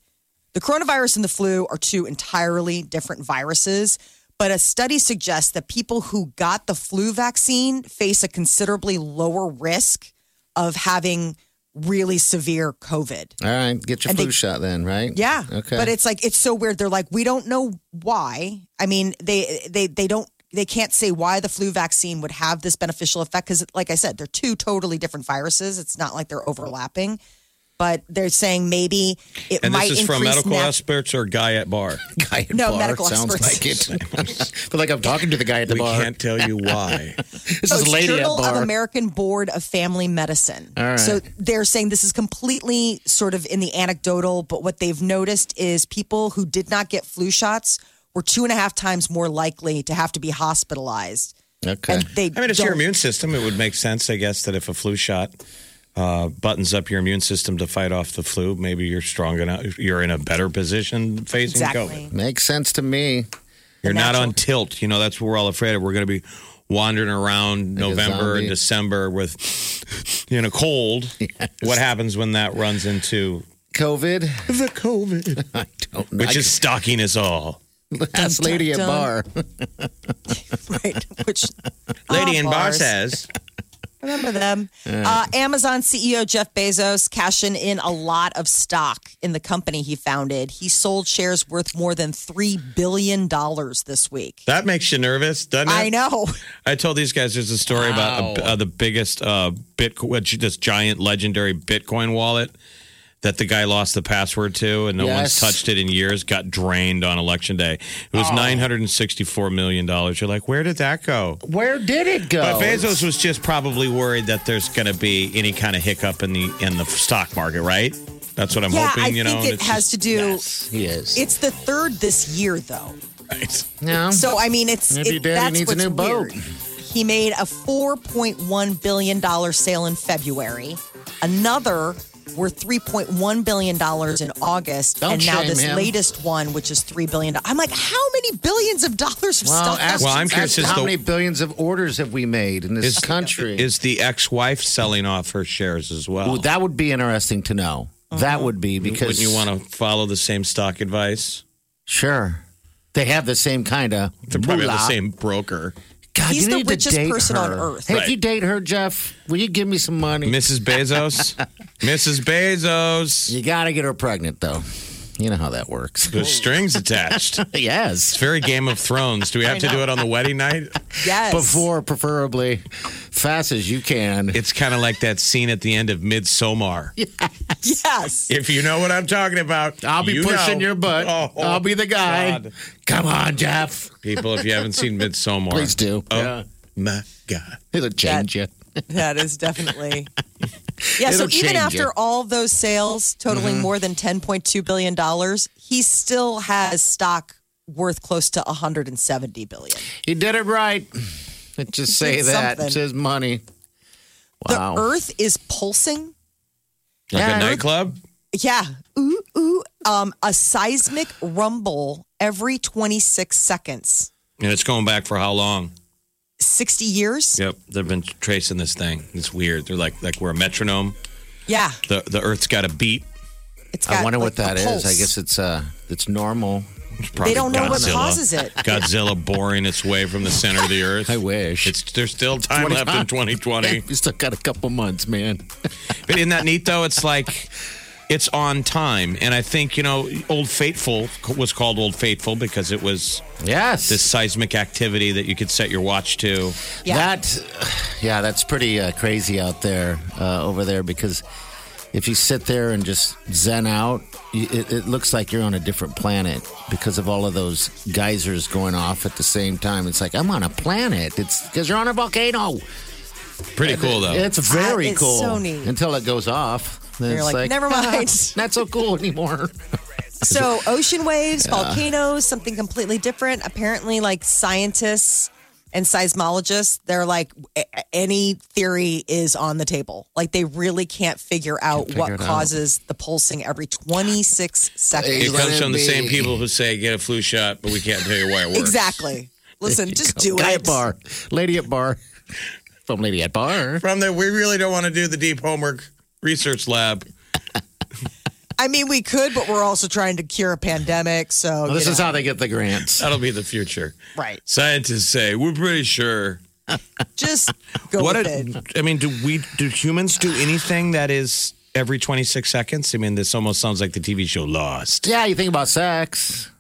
S4: The coronavirus and the flu are two entirely different viruses. But a study suggests that people who got the flu vaccine face a considerably lower risk of having really severe COVID.
S2: All right, get your
S4: and
S2: flu
S4: they-
S2: shot then, right?
S4: Yeah.
S2: Okay.
S4: But it's like it's so weird. They're like, we don't know why. I mean, they they they don't they can't say why the flu vaccine would have this beneficial effect because, like I said, they're two totally different viruses. It's not like they're overlapping. but they're saying maybe it
S3: And
S4: might
S3: this is
S4: increase
S3: from medical
S4: nat-
S3: experts or guy at bar.
S2: guy at
S4: No,
S2: bar.
S4: medical
S2: Sounds
S4: experts.
S2: like it. Feel like I'm talking to the guy at the
S3: we
S2: bar.
S3: can't tell you why.
S2: This
S4: So
S2: is a
S4: it's
S2: lady at
S4: oh, Journal
S2: bar.
S4: of American Board of Family Medicine.
S2: All right.
S4: So they're saying this is completely sort of in the anecdotal, but what they've noticed is people who did not get flu shots were two and a half times more likely to have to be hospitalized.
S2: okay.
S4: And they
S3: I mean, it's
S4: don't-
S3: your immune system. It would make sense, I guess, that if a flu shot uh, buttons up your immune system to fight off the flu, maybe you're strong enough. You're in a better position facing COVID.
S4: Exactly.
S2: Makes sense to me.
S3: You're not
S4: natural-
S3: on tilt. You know, that's what we're all afraid of. We're going to be wandering around
S2: a
S3: November and
S2: zombie.
S3: December with, you know, cold. What happens when that runs into
S2: COVID,
S3: the COVID,
S2: I don't know.
S3: which is stalking us all?
S2: That's lady at
S4: dun.
S2: bar.
S4: Right. Which
S3: Lady in bar
S4: Ah, bars.
S3: says,
S4: Remember them. Uh, Amazon CEO Jeff Bezos cashing in a lot of stock in the company he founded. He sold shares worth more than $3 billion this week.
S3: that makes you nervous, doesn't it?
S4: I know.
S3: I told these guys there's a story about a, uh, the biggest uh, Bitcoin, this giant legendary Bitcoin wallet that the guy lost the password to, and no
S2: Yes.
S3: one's touched it in years. Got drained on election day. It
S4: Oh.
S3: was 964 million dollars. You're like, where did that go?
S2: Where did it go?
S4: Oh,
S3: But Bezos was just probably worried that there's going to be any kind of hiccup in the in the stock market, right? That's what I'm
S4: yeah,
S3: hoping.
S4: I
S3: you know,
S4: think
S3: and
S4: it
S3: it's
S4: has
S3: just-
S4: to do.
S2: He is.
S4: It's the third this year, though.
S3: Right.
S2: no.
S4: So I mean, it's
S2: Maybe
S4: it,
S2: Daddy
S4: that's
S2: needs a
S4: what's
S2: new boat.
S4: weird. He made a 4.1 billion dollar sale in February, another worth 3.1 billion dollars in August,
S2: Don't
S4: and now
S2: shame
S4: this
S2: him.
S4: latest one, which is three billion. dollars. I'm like, how many billions of dollars of
S2: well,
S4: stuff?
S2: ask,
S3: Well, I'm
S2: ask
S3: curious, is
S2: how
S3: the-
S2: many billions of orders have we made in this
S3: Is-
S2: country?
S3: Is the ex-wife selling off her shares as well?
S2: Ooh, that would be interesting to know.
S4: Uh-huh.
S2: That would be because
S3: Wouldn't you want to follow the same stock advice?
S2: Sure, they have the same kind of.
S3: They're probably the same broker.
S2: God,
S4: He's
S2: you
S4: the
S2: need to
S4: richest
S2: date
S4: person on
S2: her.
S4: earth.
S2: Hey, if
S3: Right.
S2: you date her, Jeff, will you give me some money?
S3: Mrs. Bezos? Mrs. Bezos.
S2: You got to get her pregnant, though. You know how that works.
S3: There's strings attached. It's
S2: yes.
S3: very Game of Thrones. Do we have to do it on the wedding night?
S4: yes.
S2: Before, preferably, fast as you can.
S3: It's kind of like that scene at the end of Midsommar.
S4: yes.
S3: If you know what I'm talking about,
S2: I'll be
S3: you
S2: pushing
S3: know.
S2: your butt.
S3: Oh,
S2: I'll be the guy.
S3: God.
S2: Come on, Jeff.
S3: People, if you haven't seen Midsommar,
S2: Please do.
S3: Oh
S2: Yeah.
S3: my God.
S2: It'll change you.
S4: That is definitely. Yeah,
S2: It'll
S4: so even
S2: change
S4: after
S2: it. Mm-hmm.
S4: all those sales totaling more than $10.2 billion, he still has stock worth close to $170 billion.
S2: He did it right. Let's just say
S4: did
S2: that.
S4: something.
S2: It's his money. Wow.
S4: The earth is pulsing.
S3: Like
S2: Yeah.
S3: a nightclub?
S4: Yeah. Ooh, ooh. Um, a seismic rumble every 26 seconds.
S3: And it's going back for how long?
S4: 60 years?
S3: Yep. They've been tracing this thing. It's weird. They're like like we're a metronome.
S4: Yeah.
S3: The the earth's got a beat.
S4: It's got,
S2: I wonder what
S4: like,
S2: that
S4: a
S2: is. I
S4: pulse.
S2: guess it's uh, it's normal.
S4: They don't know what
S3: Godzilla.
S4: causes it.
S3: Godzilla boring its way from the center of the earth.
S2: I wish.
S3: It's there's still time left in 2020.
S2: we still got a couple months, man.
S3: But isn't that neat though? It's like it's on time, and I think you know, Old Faithful was called Old Faithful because it was
S2: Yes.
S3: this seismic activity that you could set your watch to.
S4: Yeah.
S2: That, yeah, that's pretty uh, crazy out there, uh, over there, because if you sit there and just zen out, y- it, it looks like you're on a different planet because of all of those geysers going off at the same time. It's like, I'm on a planet. It's because you're on a
S3: Oh.
S2: volcano.
S3: Pretty cool though.
S2: It's very
S4: it's
S2: cool.
S4: so neat.
S2: Until it goes off. Then
S4: You're
S2: it's "Ah,
S4: like, never mind.
S2: Not so cool anymore.
S4: So ocean waves, volcanoes, something completely different. Apparently, like scientists and seismologists, they're like a- any theory is on the table. Like they really can't figure out what
S2: figure it out.
S4: causes the pulsing every 26
S3: it
S4: seconds.
S2: let
S3: comes
S2: it
S3: from the same
S2: be.
S3: people who say get a flu shot, but we can't tell you why it works.
S4: Exactly. Listen, just do
S2: Guy
S4: it.
S2: at bar. Lady at bar. From Lady at Bar.
S3: From there, we really don't want to do the deep homework research lab.
S4: I mean, we could, but we're also trying to cure a pandemic. So
S2: This
S4: you
S2: is
S4: know.
S2: how they get the grants.
S3: That'll be the future.
S4: right.
S3: Scientists say we're pretty sure
S4: Just go
S3: what
S4: with
S3: a-
S4: it.
S3: I mean, do we do humans do anything that is every 26 seconds? I mean, this almost sounds like the TV show Lost.
S2: Yeah, you think about sex.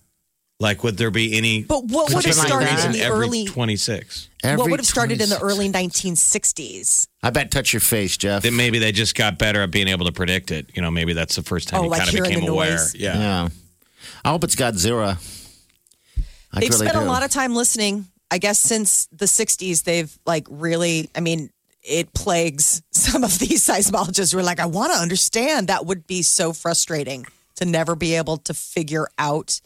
S3: Like, would there be any?
S4: But what would have
S2: Something like
S4: started
S2: that.
S4: in the
S3: every
S4: early?
S3: twenty-six?
S4: what
S2: Every
S4: would have started in the
S2: 26
S4: early 1960s?
S2: I bet touch your face, Jeff.
S3: Then maybe they just got better at being able to predict it. You know, maybe that's the first time
S4: Oh,
S3: you
S4: like
S3: kind of
S4: hearing
S3: became
S4: the
S3: aware.
S4: noise.
S3: Yeah.
S2: yeah. I hope it's Godzilla. I
S4: They've
S2: really
S4: spent
S2: do.
S4: a lot of time listening. I guess since the 60s, they've like really, I mean, it plagues some of these seismologists who are like, I want to understand. That would be so frustrating to never be able to figure out.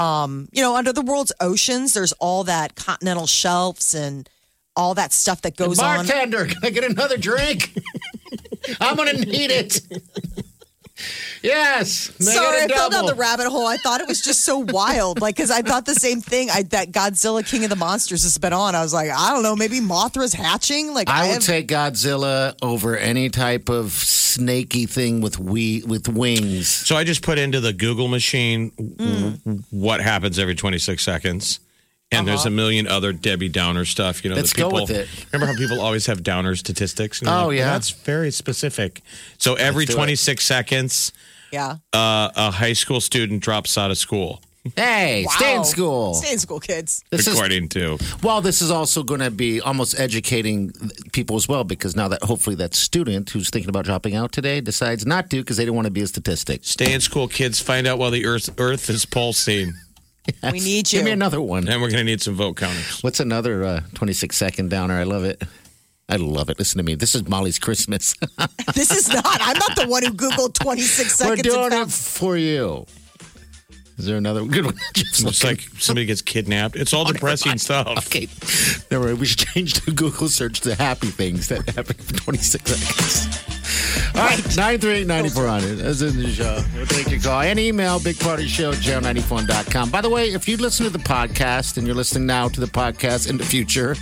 S4: Um, you know, under the world's oceans, there's all that continental shelves and all that stuff that goes on.
S2: Bartender, can I get another drink? I'm gonna need it. yes. make it
S4: Sorry,
S2: a
S4: I fell down
S2: double.
S4: the rabbit hole. I thought it was just so wild. Like, because I thought the same thing I, that Godzilla King of the Monsters has been on. I was like, I don't know, maybe Mothra's hatching. Like,
S2: I
S4: I,
S2: would
S4: have,
S2: take Godzilla over any type of snaky thing with we with wings.
S3: So I just put into the Google machine w- what happens every 26 seconds. And there's a million other Debbie Downer stuff. You know,
S2: Uh-huh. Let's
S3: that
S2: go
S3: people,
S2: with it.
S3: Remember how people always have Downer statistics? And you're
S2: Oh,
S3: like, well,
S2: yeah.
S3: that's very specific. So every
S2: do it.
S3: 26 seconds,
S4: yeah.
S3: uh, a high school student drops out of school.
S2: Hey, stay
S4: Wow.
S2: in school.
S4: Stay in school, kids.
S2: This is
S3: according to
S2: Well, this is also going to be almost educating people as well because now that hopefully that student who's thinking about dropping out today decides not to because they don't want to be a statistic.
S3: stay in school, kids. Find out while the Earth Earth is pulsing,
S4: We need you.
S2: Give me another one.
S3: and we're going to need some vote counters.
S2: What's another uh, 26 second downer? I love it. I love it. Listen to me. This is Molly's Christmas.
S4: This is not. I'm not the one who Googled 26
S2: We're
S4: seconds.
S2: doing
S4: and
S2: it
S4: found-
S2: for you. Is there another good one? Just
S3: It's like somebody gets kidnapped. It's all depressing stuff.
S2: Okay. Never mind. We should change the Google search to happy things that happen for 26 seconds. All right, 938-9400. That's in the show. We'll take your call and email, bigpartyshow at jail94.com. By the way, if you listen to the podcast and you're listening now to the podcast in the future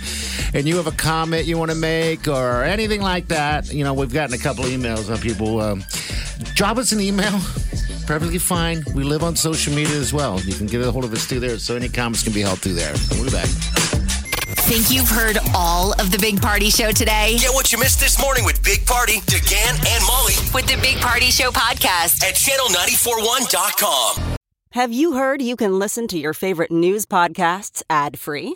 S2: and you have a comment you want to make or anything like that, you know, we've gotten a couple emails on people. Um, drop us an email. Perfectly fine. We live on social media as well. You can get a hold of us through there, so any comments can be held through there. We'll be back.
S1: Think you've heard all of the Big Party Show today?
S5: Get what you missed this morning with Big Party, DeGan, and Molly
S1: With the Big Party Show podcast.
S5: at channel941.com.
S6: Have you heard you can listen to your favorite news podcasts ad free?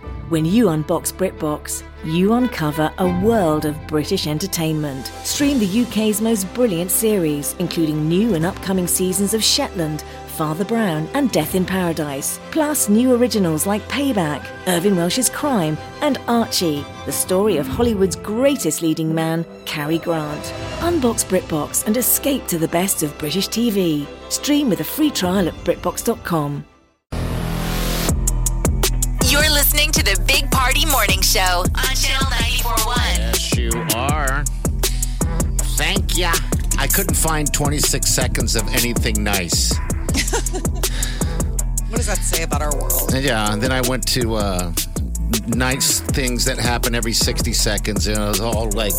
S7: When you unbox BritBox, you uncover a world of British entertainment. Stream the UK's most brilliant series, including new and upcoming seasons of Shetland, Father Brown, and Death in Paradise. Plus, new originals like Payback, Irving Welsh's Crime, and Archie, the story of Hollywood's greatest leading man, Cary Grant. Unbox BritBox and escape to the best of British TV. Stream with a free trial at BritBox.com.
S1: You're listening to the Big Party Morning Show on Channel 941.
S2: Yes, you are. Thank ya. I couldn't find 26 seconds of anything nice.
S4: what does that say about our world?
S2: And yeah, and then I went to uh, nice things that happen every 60 seconds, and it was all like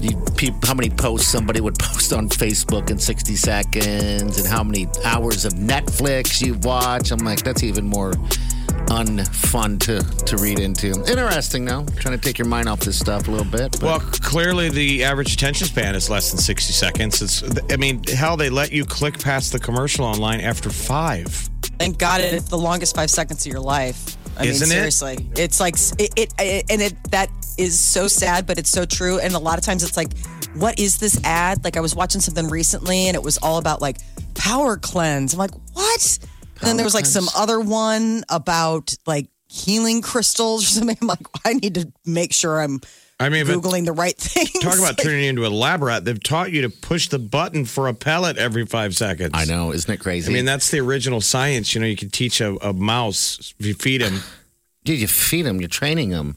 S2: you, peop how many posts somebody would post on Facebook in 60 seconds, and how many hours of Netflix you watch. I'm like, that's even more unfun to, to read into. Interesting, though. Trying to take your mind off this stuff a little bit. but-
S3: Well, clearly the average attention span is less than 60 seconds. It's, I mean, hell, they let you click past the commercial online after five.
S4: Thank God it's the longest five seconds of your life. I
S3: Isn't it?
S4: mean, seriously, it's like it, it, it, and it that is so sad, but it's so true. And a lot of times, it's like, what is this ad? Like, I was watching something recently, and it was all about like power cleanse. I'm like, what? and then there was like some other one about like healing crystals or something. I'm like, I need to make sure I'm
S3: I mean, but
S4: googling the right thing.
S3: talk about turning into a lab rat. They've taught you to push the button for a pellet every five seconds.
S2: I know, isn't it crazy?
S3: I mean, that's the original science. You know, you could teach a, a mouse, if you feed him.
S2: Dude, you feed them, you're training them.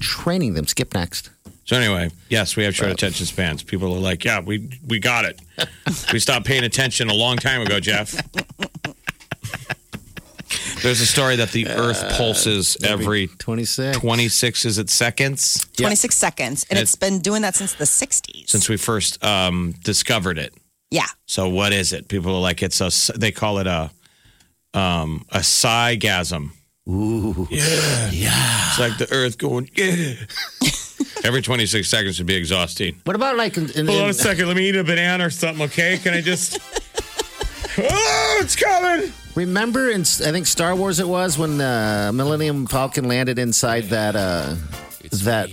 S2: Training them. Skip next.
S3: So anyway, yes, we have short attention spans. People are like, yeah, we, we got it. we stopped paying attention a long time ago, Jeff. There's a story that the Earth pulses every
S2: 26.
S3: 26 is it seconds
S4: 26 seconds. And it's been doing that since the 60s.
S3: since we first um, discovered it.
S4: yeah.
S3: So what is it? People are like it's a they call it a um a sighgasm. Ooh. Yeah. Yeah. It's like the earth going yeah. Every 26 seconds would be exhausting.
S2: What about like in, in,
S3: Hold on
S2: in,
S3: a second, let me eat a banana or something, okay? Can I just Oh, it's coming.
S2: remember in I think Star Wars it was when the Millennium Falcon landed inside that uh that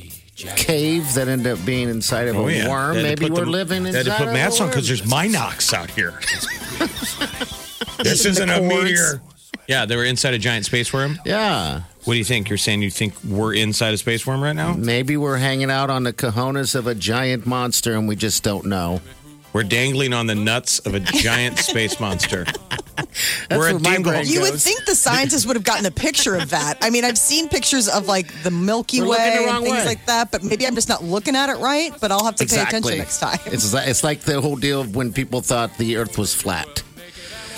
S2: cave that ended up being inside of a worm.
S3: Oh, They had to
S2: Maybe
S3: put
S2: we're
S3: the-
S2: living
S3: they
S2: inside
S3: had to
S2: of
S3: put
S2: a
S3: mats on
S2: worm.
S3: because there's Minox out here. this isn't a meteor. Yeah, they were inside a giant space worm.
S2: yeah.
S3: What do you think? You're saying you think we're inside a space worm right now?
S2: Maybe we're hanging out on the cojones of a giant monster and we just don't know.
S3: We're dangling on the nuts of a giant space monster. we're a
S2: where my brain
S3: dingle.
S4: You would
S2: goes.
S4: think the scientists would have gotten a picture of that. I mean, I've seen pictures of like the Milky
S2: We're looking
S4: Way
S2: the
S4: and
S2: wrong
S4: things
S2: way.
S4: like that, but maybe I'm just not looking at it right. But I'll have to pay attention next time.
S2: It's like, it's like the whole deal of when people thought the earth was flat.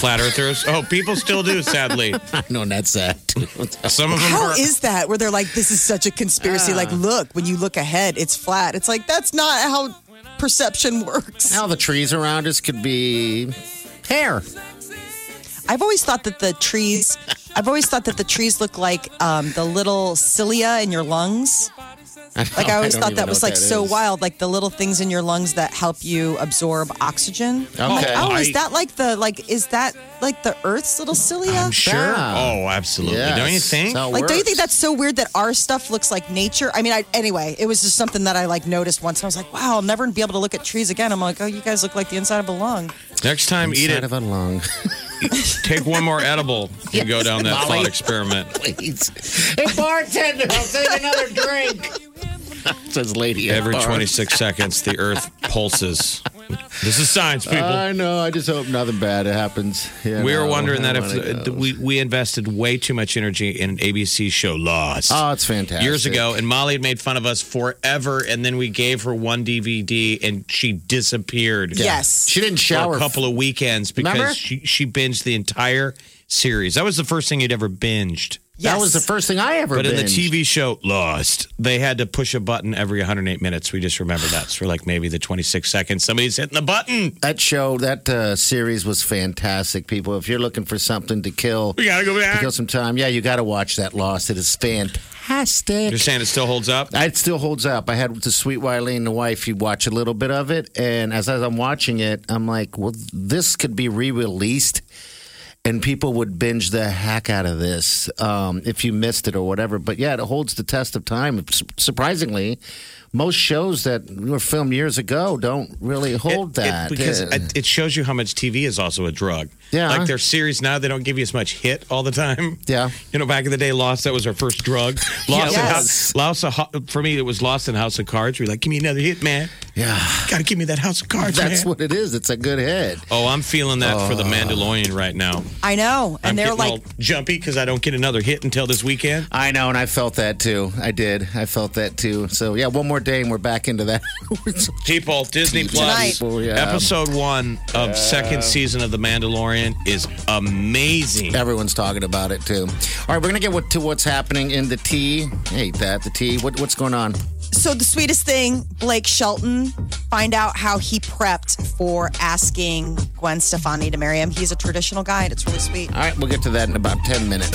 S3: Flat earthers. Oh, people still do, sadly.
S2: I know that's that.
S3: Some of them
S4: How
S3: are.
S4: is that? Where they're like, this is such a conspiracy. Like, look, when you look ahead, it's flat. It's like that's not how perception works.
S2: now the trees around us could be hair.
S4: I've always thought that the trees. I've always thought that the trees look like um, the little cilia in your lungs. Like I always
S2: Oh, don't
S4: thought
S2: even
S4: that
S2: know
S4: was
S2: what
S4: like
S2: that
S4: so
S2: is.
S4: wild, like the little things in your lungs that help you absorb oxygen. I'm like,
S2: Okay.
S4: oh, is
S3: I-
S4: that like the like is that like the Earth's little cilia?
S3: I'm sure.
S2: Yeah.
S3: Oh, absolutely. Don't you
S2: Yes.
S3: think?
S2: That's how it
S4: Like, don't you think
S2: works.
S4: that's so weird that our stuff looks like nature? I mean, I, anyway, it was just something that I like noticed once. I was like, wow, I'll never be able to look at trees again. I'm like, oh, you guys look like the inside of a lung.
S3: Next time, eat
S2: Inside
S3: it.
S2: of a lung.
S3: Take one more edible and go down that
S2: Molly.
S3: thought experiment.
S2: Please. Hey, bartender, I'll take another drink. Says lady. at
S3: Every
S2: bar.
S3: 26 seconds, the earth pulses. This is science, people.
S2: I know. I just hope nothing bad happens. you
S3: we were
S2: know,
S3: wondering that
S2: how
S3: if
S2: it
S3: uh,
S2: goes.
S3: we, we invested way too much energy in an ABC show Lost.
S2: Oh, it's fantastic.
S3: uh, years ago, and Molly had made fun of us forever. And then we gave her one DVD, and she disappeared.
S4: Yes.
S2: She didn't
S3: for
S2: shower
S3: a couple of weekends
S2: Remember?
S3: because she, she binged the entire series. That was the first thing you'd ever binged.
S2: That was the first thing I ever
S3: But in the
S2: binged.
S3: TV show Lost, they had to push a button every 108 minutes. We just remember that. So we're like maybe the 26 seconds somebody's hitting the button.
S2: That show, that uh, series was fantastic, people. If you're looking for something to kill,
S3: We gotta go
S2: to
S3: back.
S2: kill some time, yeah, you got to watch that Lost. It is fantastic.
S3: You're saying it still holds up?
S2: It still holds up. I had the sweet Wileen, the wife, you watch a little bit of it, and as, as I'm watching it, I'm like, well, this could be re-released, and people would binge the heck out of this um, if you missed it or whatever. But yeah, it holds the test of time. Su- Surprisingly, most shows that were filmed years ago don't really hold
S3: It- it-
S2: that.
S3: because
S2: Yeah.
S3: it, it shows you how much TV is also a drug.
S2: Yeah.
S3: like their series now, they don't give you as much hit all the time.
S2: Yeah.
S3: you know, back in the day, Lost that was our first drug. Lost, and
S4: Yes.
S3: House, Lost and Ho- for me, it was Lost in House of Cards. We're like, give me another hit, man.
S2: yeah.
S3: Gotta give me that House of Cards,
S2: That's
S3: man.
S2: what Oh. it is. It's a good hit.
S3: oh, I'm feeling that for the Mandalorian right now.
S4: I know. And
S3: I'm
S4: they're
S3: getting
S4: like,
S3: all jumpy because I don't get another hit until this weekend.
S2: I know, and I felt that too. I did. I felt that too. So yeah, one more day, and we're back into that.
S3: People, Disney Plus,
S2: Tonight. Yeah.
S3: episode one of second season of the Mandalorian is amazing.
S2: Everyone's talking about it too. All right, we're gonna get what, to what's happening in the tea. I hate that. The tea. What, what's going on?
S4: so the sweetest thing, Blake Shelton, find out how he prepped for asking Gwen Stefani to marry him. He's a traditional guy, and it's really sweet.
S2: All right, we'll get to that in about ten minutes.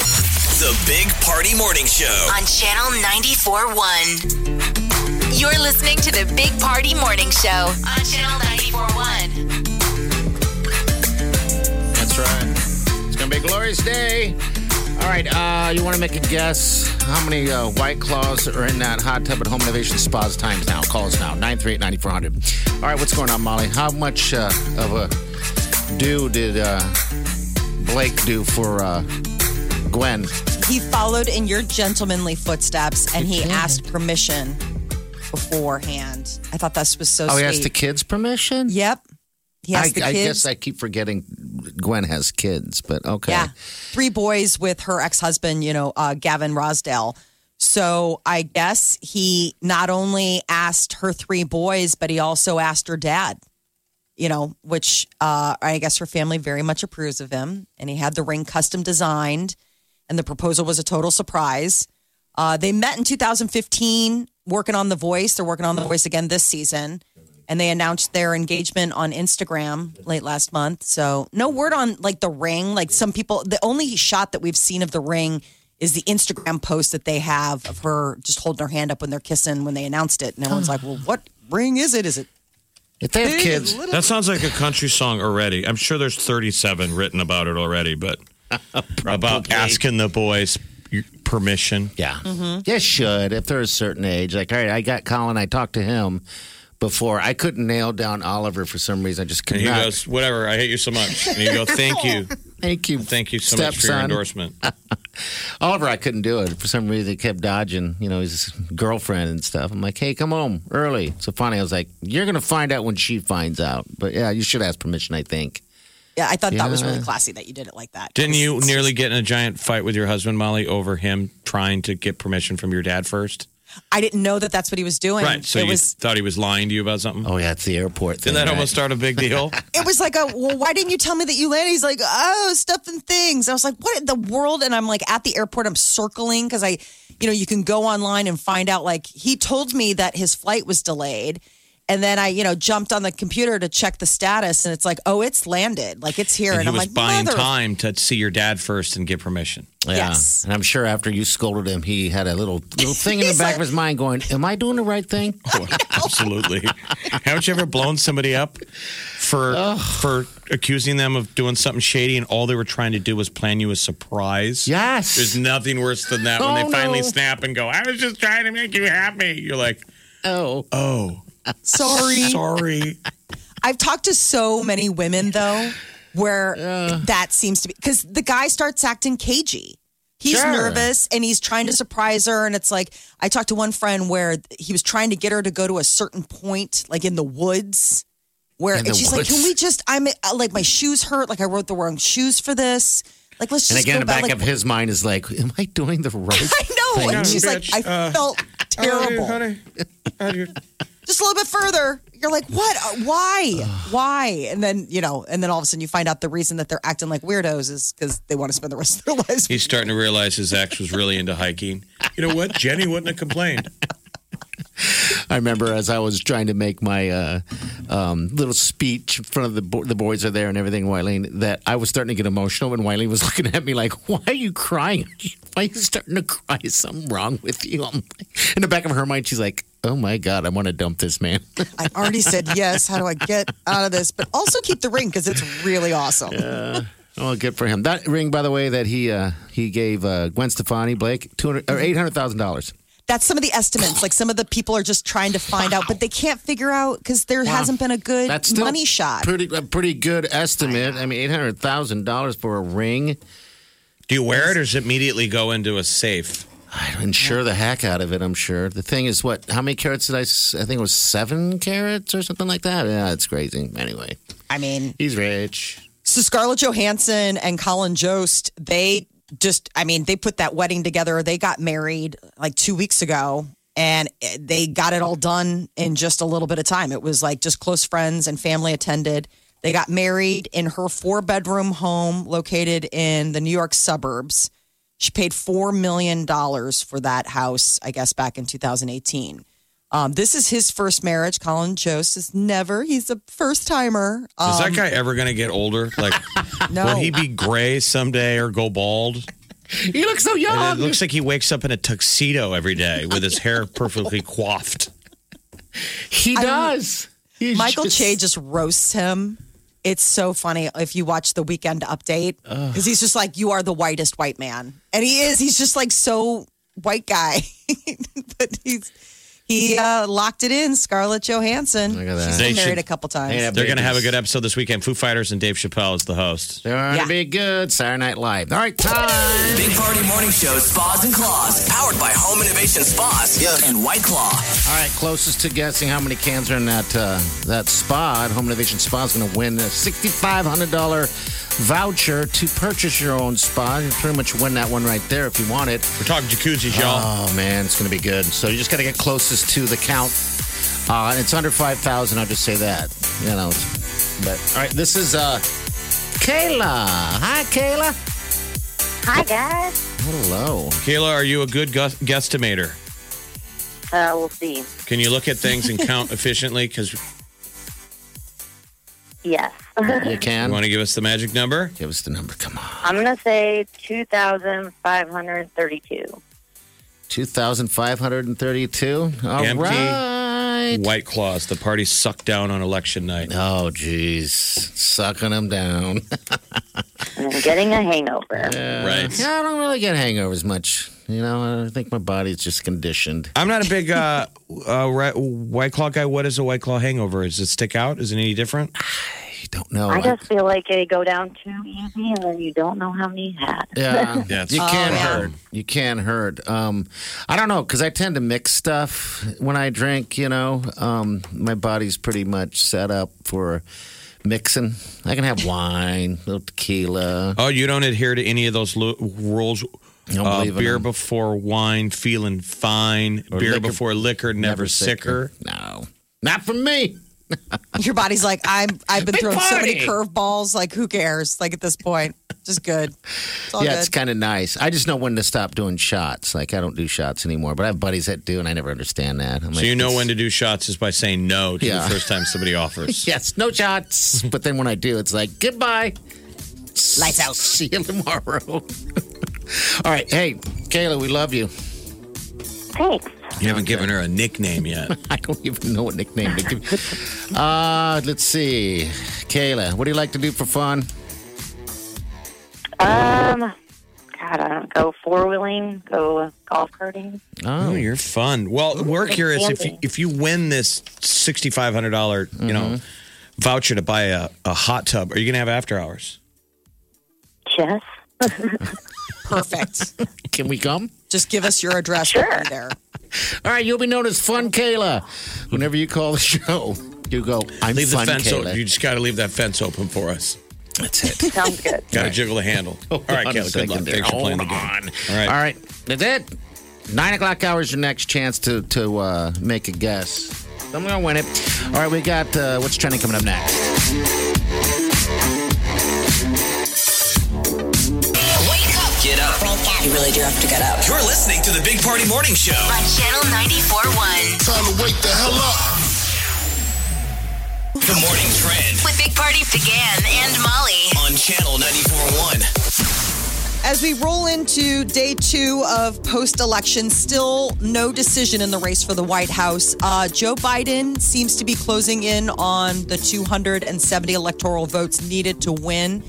S5: The Big Party Morning Show.
S1: on Channel 94.1. You're listening to the Big Party Morning Show on Channel 94.1.
S2: That's right. It's gonna be a glorious day. All right, uh, you want to make a guess how many uh, White Claws are in that hot tub at Home Innovation Spa's times now? Call us now, 938-9400. All right, what's going on, Molly? How much uh, of a do did uh, Blake do for uh, Gwen?
S4: He followed in your gentlemanly footsteps, and he asked permission beforehand. I thought this was so
S2: Oh,
S4: sweet.
S2: he asked the kids permission?
S4: Yep. He
S2: I,
S4: asked the
S2: I
S4: kids.
S2: guess I keep forgetting Gwen has kids, but okay.
S4: Yeah. Three boys with her ex husband, you know, uh, Gavin Rosdale. So I guess he not only asked her three boys, but he also asked her dad, you know, which uh, I guess her family very much approves of him. And he had the ring custom designed. and the proposal was a total surprise. Uh, they met in 2015, working on The Voice. They're working on The Voice again this season, and they announced their engagement on Instagram late last month. So no word on like the ring. Like some people, the only shot that we've seen of the ring is the Instagram post that they have of her just holding her hand up when they're kissing when they announced it. And everyone's like, "Well, what ring is it? Is it
S2: If they have kids,
S3: That sounds like a country song already. I'm sure there's 37 written about it already, but about asking the boys permission.
S2: Yeah. You should if they're a certain age. Like, all right, I got Colin, I talked to him before. I couldn't nail down Oliver for some reason. I just could
S3: And he
S2: not.
S3: goes, whatever, I hate you so much. And you go, thank you.
S2: Thank you.
S3: Thank you so much for your
S2: stepson."
S3: endorsement.
S2: Oliver, I couldn't do it. For some reason, he kept dodging, you know, his girlfriend and stuff. I'm like, hey, come home early. So funny. I was like, you're going to find out when she finds out. But yeah, you should ask permission, I think.
S4: Yeah, I thought that was really classy that you did it like that.
S3: Didn't you nearly get in a giant fight with your husband, Molly, over him trying to get permission from your dad first?
S4: I didn't know that that's what he was doing.
S3: Right. So
S4: it
S3: you
S4: was
S3: thought he was lying to you about something?
S2: Oh, yeah, it's the airport thing.
S3: Didn't that
S2: right?
S3: almost start a big deal?
S4: it was like a well, why didn't you tell me that you landed? He's like, oh, stuff and things. I was like, what in the world? And I'm like at the airport, I'm circling because I, you know, you can go online and find out. Like he told me that his flight was delayed. And then I, you know, jumped on the computer to check the status, and it's like, oh, it's landed, like it's here, and,
S3: and he
S4: I'm
S3: was
S4: like,
S3: buying
S4: mother.
S3: time to see your dad first and get permission.
S2: Yeah.
S4: Yes.
S2: And I'm sure after you scolded him, he had a little little thing in the
S4: He's
S2: back
S4: like-
S2: of his mind going, Am I doing the right thing?
S3: Absolutely. Haven't you ever blown somebody up for for accusing them of doing something shady and all they were trying to do was plan you a surprise?
S2: Yes.
S3: There's nothing worse than that when
S2: Oh,
S3: they finally
S2: no.
S3: snap and go, I was just trying to make you happy. You're like,
S2: oh.
S3: oh,
S4: Sorry,
S3: sorry.
S4: I've talked to so many women though, where that seems to be because the guy starts acting cagey. He's
S2: Sure.
S4: nervous and he's trying to surprise her. And it's like, I talked to one friend where he was trying to get her to go to a certain point, like in the woods, where
S2: In
S4: and
S2: the
S4: she's like,
S2: woods.
S4: Can we just, I'm uh, like, my shoes hurt. Like, I wrote the wrong shoes for this. Like, let's just
S2: And again,
S4: go
S2: the back
S4: like,
S2: of his mind is like, Am I doing the right
S4: I know. And
S3: Thing.
S4: she's like, I
S3: Bitch, uh,
S4: felt terrible. just a little bit further. You're like, what? Uh, Why? Why? And then you know, and then all of a sudden you find out the reason that they're acting like weirdos is because they want to spend the rest of their lives.
S3: He's starting to realize his ex was really into hiking. You know what? Jenny wouldn't have complained.
S2: I remember as I was trying to make my uh, um, little speech in front of the bo- the boys are there and everything, Wileen, that I was starting to get emotional and Wileen was looking at me like, "Why are you crying? Why are you starting to cry? Is something wrong with you?" I'm like- in the back of her mind, she's like, "Oh my god, I want to dump this man."
S4: I already said yes. How do I get out of this? But also keep the ring because it's really awesome.
S2: oh, good for him. That ring, by the way, that he uh, he gave uh, Gwen Stefani, Blake, two hundred or eight hundred thousand dollars.
S4: That's some of the estimates. Like some of the people are just trying to find out, but they can't figure out because there hasn't been a good
S2: That's still
S4: money shot.
S2: Pretty a pretty good estimate. I mean, eight hundred thousand dollars for a ring.
S3: Do you wear it or does it immediately go into a safe?
S2: Insure the heck out of it, I'm sure. The thing is, what? How many carats did I? s- I think it was seven carats or something like that. Yeah, it's crazy. Anyway,
S4: I mean,
S2: he's rich.
S4: So Scarlett Johansson and Colin Jost, they just, I mean, they put that wedding together. They got married like two weeks ago and they got it all done in just a little bit of time. It was like just close friends and family attended. They got married in her four bedroom home located in the New York suburbs. She paid $4 million for that house, I guess, back in 2018. Um, this is his first marriage. Colin Jost is never, he's a first timer. Um,
S3: Is that guy ever going to get older? Like,
S4: No.
S3: will he be gray someday or go bald?
S2: He looks so
S3: And
S2: young.
S3: it looks like he wakes up in a tuxedo every day with his hair perfectly coiffed.
S2: he does. He's
S4: Michael
S2: just-
S4: Che just roasts him. It's so funny if you watch the weekend update because he's just like, "You are the whitest white man," and he is. He's just like so white guy, but he's he uh, locked it in. Scarlett Johansson.
S2: Look at that.
S4: She's been
S3: They
S4: married
S3: should-
S4: a couple times.
S2: They have
S3: They're going to
S2: babies.
S3: have a good episode this weekend. Foo Fighters and Dave Chappelle is the host.
S2: They're gonna
S4: Yeah.
S2: be good. Saturday Night Live. All right, time.
S5: Big Party Morning Show, Spas and Claws, powered by Home Innovation Spas and White Claw.
S2: All right, closest to guessing how many cans are in that uh, that spa at Home Innovation Spa is going to win a sixty-five hundred dollar voucher to purchase your own spa. You pretty much win that one right there if you want it.
S3: We're talking jacuzzis, y'all.
S2: Oh man, it's going to be good. So you just got to get closest to the count. Uh, and it's under five thousand. I'll just say that. You know, but all right. This is uh, Kayla. Hi, Kayla.
S8: Hi guys.
S2: Hello.
S3: Kayla, are you a good gu- guesstimator?
S8: Uh, we'll see.
S3: Can you look at things and count efficiently? Because you
S8: Yes.
S2: You can.
S3: want to give us the magic number?
S2: Give us the number. Come on.
S8: I'm going to say 2,532.
S2: 2,532. All right.
S3: Empty. White claws. The party sucked down on election night.
S2: Oh, geez. Sucking them down.
S8: And I'm getting a hangover.
S3: Right.
S2: Yeah, I don't really get hangovers much. You know, I think my body's just conditioned.
S3: I'm not a big uh, uh, ri- White Claw guy. What is a White Claw hangover? Does it stick out? Is it any different?
S2: You don't know.
S8: I just feel like they go down too easy and then you don't know how many you had.
S2: Yeah,
S3: That's
S2: you can
S3: yeah.
S2: hurt. You can hurt. Um, I don't know because I tend to mix stuff when I drink. You know, um, my body's pretty much set up for mixing. I can have wine, little tequila.
S3: Oh, you don't adhere to any of those lu- rules.
S2: Don't
S3: Uh,
S2: believe in
S3: beer
S2: them.
S3: before wine, feeling fine. beer
S2: liquor-
S3: before liquor, never, sicker.
S2: No, not for me.
S4: Your body's like, I'm, I've been
S2: Big
S4: throwing so many
S2: party.
S4: curveballs. Like, who cares? Like, at this point, just good. It's all
S2: yeah,
S4: good.
S2: it's kind of nice. I just know when to stop doing shots. Like I don't do shots anymore, but I have buddies that do, and I never understand that. I'm
S3: So you know when to do shots is by saying no to
S2: Yeah.
S3: the first time somebody offers.
S2: Yes, no shots. but then when I do, it's like goodbye. Lights out. See you tomorrow. All right, hey, Kayla, we love you.
S8: Thanks.
S3: You haven't given her a nickname yet.
S2: I don't even know what nickname to give. Uh, let's see, Kayla, what do you like to do for fun?
S8: Um, God, I don't go four wheeling, go golf karting.
S3: Oh, you're fun. Well, we're curious if you, if you win this sixty five hundred dollar
S2: Mm-hmm.
S3: you know voucher to buy a, a hot tub, are you gonna have after hours?
S8: Yes.
S4: Perfect.
S2: Can we come?
S4: just give us your address. We'll be there.
S2: All right, you'll be known as Fun Kayla. Whenever you call the show, you go. I'm
S3: Leave the
S2: Fun
S3: fence
S2: Kayla.
S3: open. You just got to leave that fence open for us.
S2: That's it.
S8: Sounds good.
S3: Got to jiggle the handle. All right,
S2: Hold on a
S3: Kayla. Good luck.
S2: second there.
S3: Thanks for playing the
S2: Hold
S3: game.
S2: on.
S3: All right.
S2: All right, that's it. Nine o'clock hour is your next chance to to uh, make a guess. I'm gonna win it. All right, we got uh, what's trending coming up next.
S1: Wake up
S5: Get up.
S9: You really do have to get up.
S5: You're listening to the Big Party Morning Show.
S1: on Channel 94.1
S10: Time to wake the hell up.
S5: The Morning Trend
S1: with Big Party began and Molly.
S5: on Channel 94.1.
S4: As we roll into day two of post election, still no decision in the race for the White House. Uh, Joe Biden seems to be closing in on the 270 electoral votes needed to win.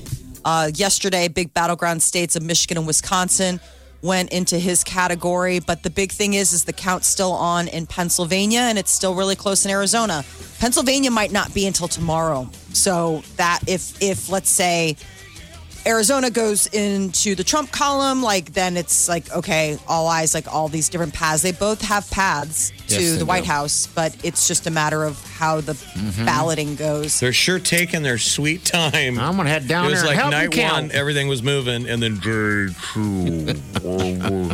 S4: Uh, yesterday, big battleground states of Michigan and Wisconsin went into his category. But the big thing is, is the count's still on in Pennsylvania, and it's still really close in Arizona. Pennsylvania might not be until tomorrow. So that if if let's say Arizona goes into the Trump column, like then it's like okay, all eyes, like all these different paths. They both have paths to
S2: Yes, they
S4: the White
S2: do. Mm-hmm.
S4: House, but it's just a matter of how the balloting goes.
S3: They're sure taking their sweet time.
S2: I'm gonna head down
S3: it was
S2: there and
S3: like
S2: help
S3: night
S2: you count.
S3: one, everything was moving, and then day two.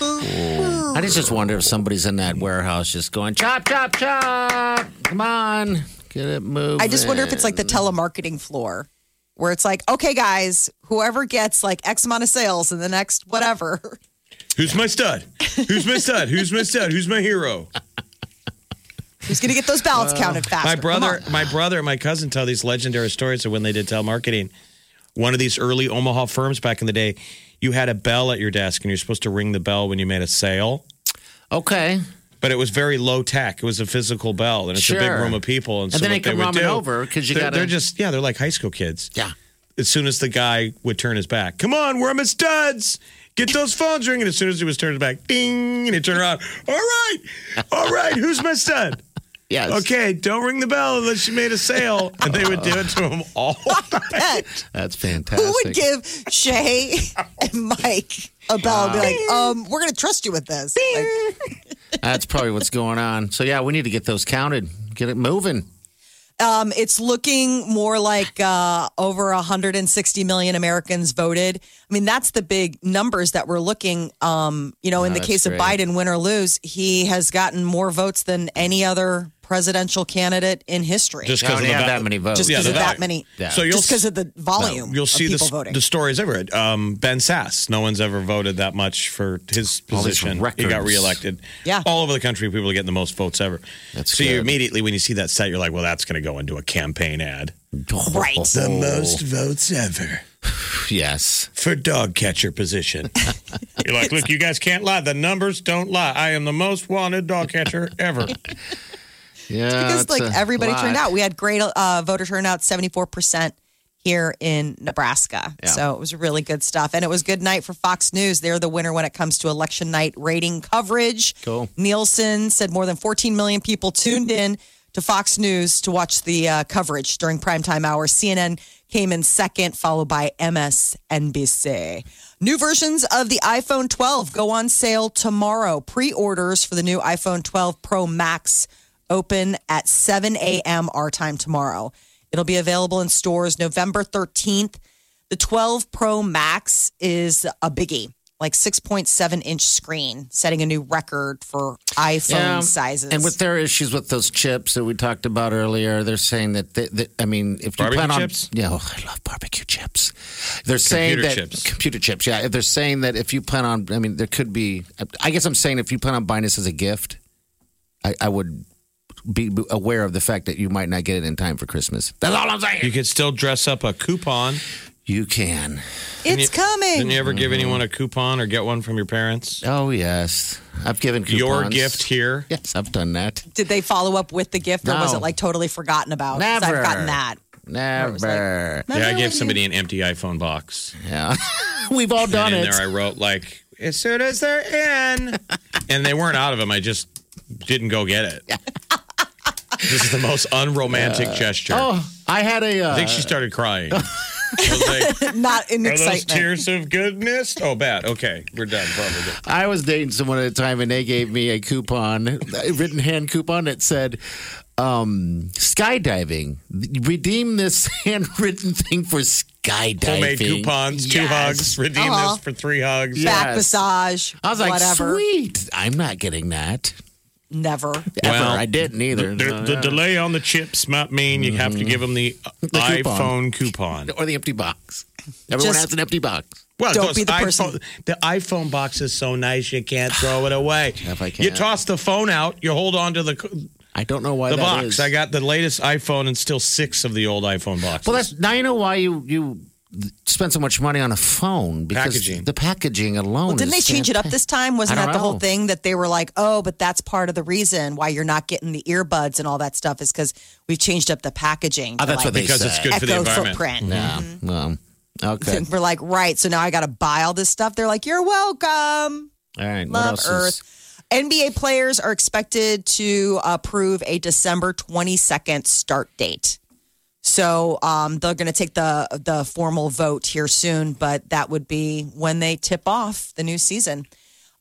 S2: I just just wonder if somebody's in that warehouse just going chop chop chop. Come on, get it moving.
S4: I just wonder if it's like the telemarketing floor where it's like, okay, guys, whoever gets like X amount of sales in the next whatever.
S3: Who's my stud? Who's my stud? Who's my stud? Who's my hero?
S4: Who's going to get those ballots counted faster?
S3: My
S4: Come
S3: brother,
S4: on.
S3: my brother, and my cousin tell these legendary stories of when they did telemarketing. One of these early Omaha firms back in the day, you had a bell at your desk, and you're supposed to ring the bell when you made a sale.
S2: okay,
S3: But it was very low tech. It was a physical bell, and it's a big
S2: Sure.
S3: room of people. And,
S2: And
S3: so
S2: then
S3: what
S2: they come
S3: would
S2: roaming
S3: do-
S2: over 'cause you
S3: they're,
S2: gotta-
S3: They're just yeah, they're like high school kids.
S2: yeah.
S3: as soon as the guy would turn his back, come on, we're his studs. Get those phones ringing. As soon as he was turned his back, ding, and he turned around. All right, all right, who's my stud?
S2: Yes.
S3: Okay, don't ring the bell unless you made a sale. And they would do it to him all night.
S2: That's fantastic.
S4: Who would give Shay and Mike a bell and be like, um, we're going to trust you with this? Like,
S2: That's probably what's going on. So yeah, we need to get those counted. Get it moving.
S4: Um, it's looking more like uh, over 160 million Americans voted. I mean, that's the big numbers that we're looking. Um, you know, in the
S2: that's
S4: case of
S2: great.
S4: Biden, win or lose, he has gotten more votes than any other presidential candidate in history.
S3: Just 'cause of They the had val- that many votes.
S4: Just
S3: Yeah,
S4: 'cause
S3: the
S4: of that
S3: value.
S4: many.
S3: Yeah.
S4: So
S3: So you'll
S4: just because of the volume.
S3: You'll see
S4: of
S3: the,
S4: people voting.
S3: the stories everywhere. Um, ben Sass, no one's ever voted that much for his
S2: All these
S3: position. He got
S2: records.
S3: reelected.
S4: Yeah.
S3: All over the country, people are getting the most votes ever. so you immediately, when you see that set, you're like, well, that's going to go into a campaign ad.
S4: Right.
S3: The most votes ever
S2: Yes.
S3: for dog catcher position. you're like, look, you guys can't lie. The numbers don't lie. I am the most wanted dog catcher ever.
S2: Yeah.
S4: because
S2: it's
S4: like
S2: a
S4: everybody
S2: lot.
S4: turned out. We had great uh, voter turnout, seventy four percent here in Nebraska.
S2: Yeah.
S4: So it was really good stuff, and it was good night for Fox News. They're the winner when it comes to election night rating coverage.
S2: Cool.
S4: Nielsen said more than fourteen million people tuned in to Fox News to watch the uh, coverage during primetime hours. CNN came in second, followed by MSNBC. New versions of the iPhone 12 go on sale tomorrow. Pre orders for the new iPhone 12 Pro Max open at 7 a.m. our time tomorrow. It'll be available in stores November 13th. The 12 Pro Max is a biggie, like 6.7 inch screen, setting a new record for iPhone
S2: Yeah.
S4: sizes.
S2: And with their issues with those chips that we talked about earlier, they're saying that, they, that- I mean, if you
S3: Barbecue
S2: plan on.
S3: chips?
S2: Yeah, oh, I love barbecue chips. They're saying
S3: Computer
S2: that.
S3: chips.
S2: Computer chips, yeah. If They're saying that if you plan on, I mean, there could be, I guess I'm saying if you plan on buying this as a gift, I, I would be aware of the fact that you might not get it in time for Christmas. That's all I'm saying.
S3: You could still dress up a coupon.
S2: You can.
S4: it's
S3: Didn't
S4: coming.
S3: you ever give
S2: Mm-hmm.
S3: anyone a coupon or get one from your parents?
S2: Oh, yes. I've given coupons.
S3: Your gift here.
S2: Yes, I've done that.
S4: Did they follow up with the gift or was
S2: No.
S4: it like totally forgotten about? 'Cause
S2: Never.
S4: I've gotten that. was like-
S2: Never.
S3: Yeah, I gave somebody an empty iPhone box.
S2: yeah. We've all done
S3: and in
S2: it.
S3: there I wrote like as soon as they're in, and they weren't out of them. I just didn't go get it. this is the most unromantic gesture.
S2: Oh, I had a. Uh,
S3: I think she started crying. I was like,
S4: Not in
S3: Are those
S4: excitement.
S3: tears of goodness? Oh, bad. Okay, we're done. Probably.
S2: I was dating someone at the time, and they gave me a coupon, a written hand coupon that said, um, "Skydiving. Redeem this handwritten thing for skydiving."
S3: Homemade coupons, two
S2: Yes.
S3: hugs. Redeem
S4: Uh-huh.
S3: this for three hugs.
S2: Yeah.
S4: Back
S2: Yes.
S4: massage.
S2: I was like,
S4: whatever.
S2: "Sweet! I'm not getting that
S4: Never.
S2: ever.
S3: Well,
S2: I didn't either."
S3: The,
S2: So,
S3: the
S2: yeah.
S3: delay on the chips might mean you have to give them the,
S2: Mm-hmm. coupon.
S3: iPhone coupon.
S2: or the empty box. Everyone
S4: Just-
S2: has an empty box.
S3: Well,
S4: Don't
S3: those
S4: be the
S3: iPhone,
S4: person.
S3: The iPhone box is so nice you can't throw it away.
S2: If I
S3: You
S2: can't.
S3: toss the phone out, you hold on to the
S2: I don't know why
S3: the
S2: that
S3: box.
S2: is.
S3: I got the latest iPhone and still six of the old iPhone boxes.
S2: Well, that's now you know why you you spend so much money on a phone because
S3: Packaging.
S2: the packaging alone.
S4: Well, didn't they
S2: is
S4: change it up
S2: fantastic.
S4: this time? Wasn't
S2: I
S4: that
S2: don't
S4: the whole
S2: know.
S4: thing that they were like, oh, but that's part of the reason why you're not getting the earbuds and all that stuff is because we've changed up the packaging.
S2: Oh,
S4: to,
S2: that's what
S4: like,
S2: they
S3: because
S2: said.
S3: it's good for the
S4: echo
S3: environment.
S4: footprint.
S2: Yeah. Well, okay.
S4: We're like, right, so now I got to buy all this stuff. They're like, you're welcome.
S2: All right. what
S4: Love
S2: else
S4: Earth.
S2: is-
S4: NBA players are expected to approve a December 22nd start date. So um, they're going to take the the formal vote here soon, but that would be when they tip off the new season.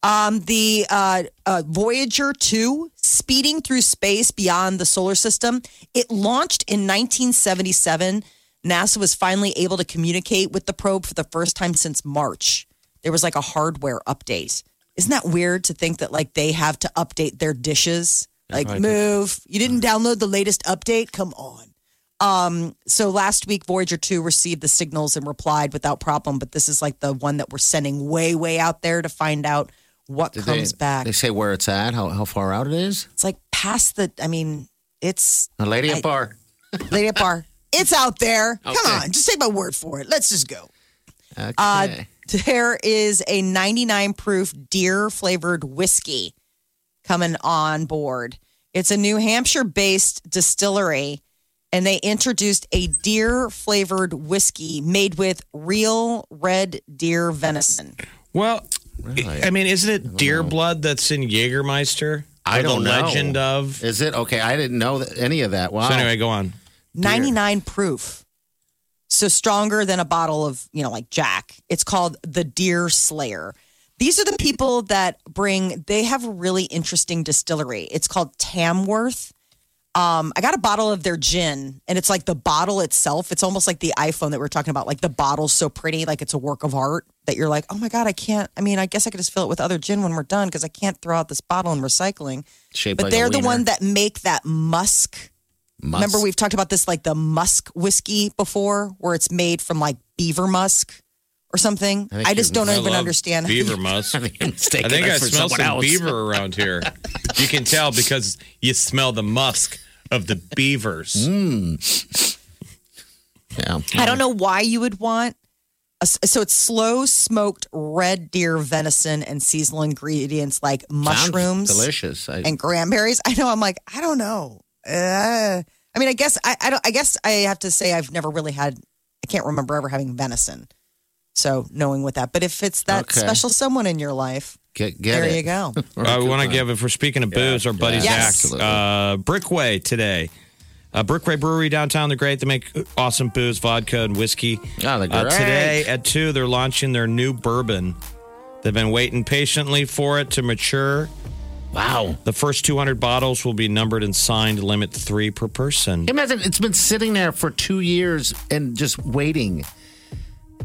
S4: Um, the uh, uh, Voyager 2 speeding through space beyond the solar system. It launched in 1977. NASA was finally able to communicate with the probe for the first time since March. There was like a hardware update. Isn't that weird to think that like they have to update their dishes? Like, move. You didn't download the latest update? Come on. So last week, Voyager 2 received the signals and replied without problem, but this is like the one that we're sending way, way out there to find out what
S2: Did
S4: comes
S2: they,
S4: back.
S2: They say where it's at, how, how far out it is.
S4: it's like past the, I mean, it's
S2: A lady at
S4: I-
S2: bar.
S4: Lady at Bar. It's out there.
S2: Okay.
S4: Come on, just take my word for it. Let's just go.
S2: Okay.
S4: Uh, There is a 99 proof deer flavored whiskey coming on board. It's a New Hampshire based distillery, and they introduced a deer flavored whiskey made with real red deer venison.
S3: well,
S2: Really?
S3: I mean, isn't it deer blood that's in Jägermeister?
S2: I
S3: Or
S2: don't
S3: the
S2: know.
S3: legend of.
S2: is it okay? I didn't know that, any of that. Wow.
S3: So anyway, go on.
S4: 99 proof. So stronger than a bottle of, you know, like Jack. It's called the Deer Slayer. These are the people that bring, they have a really interesting distillery. It's called Tamworth. Um, I got a bottle of their gin, and it's like the bottle itself. It's almost like the iPhone that we are talking about. Like the bottle's so pretty, like it's a work of art that you're like, oh my god, I can't. I mean, I guess I could just fill it with other gin when we're done because I can't throw out this bottle in recycling.
S2: Shaped
S4: but
S2: like a
S4: they're the
S2: wiener.
S4: one that make that musk.
S2: Musk.
S4: Remember, we've talked about this like the musk whiskey before, where it's made from like beaver musk or something. I, just don't even
S3: love
S4: understand.
S3: Beaver musk. I think
S2: mistaken
S3: I
S2: us for
S3: smell
S2: someone
S3: some
S2: else.
S3: beaver around here. You can tell because you smell the musk of the beavers.
S2: Yeah.
S4: I don't know why you would want. A, so it's slow smoked red deer venison and seasonal ingredients like
S2: Sounds
S4: mushrooms
S2: delicious. I,
S4: and cranberries. I know. I'm like, I don't know. Uh, I mean, I guess I, I don't. I guess I have to say I've never really had. I can't remember ever having venison. So knowing what that, but if it's that
S2: Okay.
S4: special someone in your life,
S2: get, get
S4: there
S2: it.
S4: you go.
S3: I want to Uh, give, if we're speaking of booze, our buddy
S4: yeah,
S3: Zach, uh, Brickway today. Uh, Brickway Brewery downtown, they're great. They make awesome booze, vodka, and whiskey.
S2: Oh, they're
S3: Uh,
S2: great.
S3: today at 2, they're launching their new bourbon. They've been waiting patiently for it to mature.
S2: Wow.
S3: The first 200 bottles will be numbered and signed, limit three per person.
S2: Imagine it's been sitting there for two years and just waiting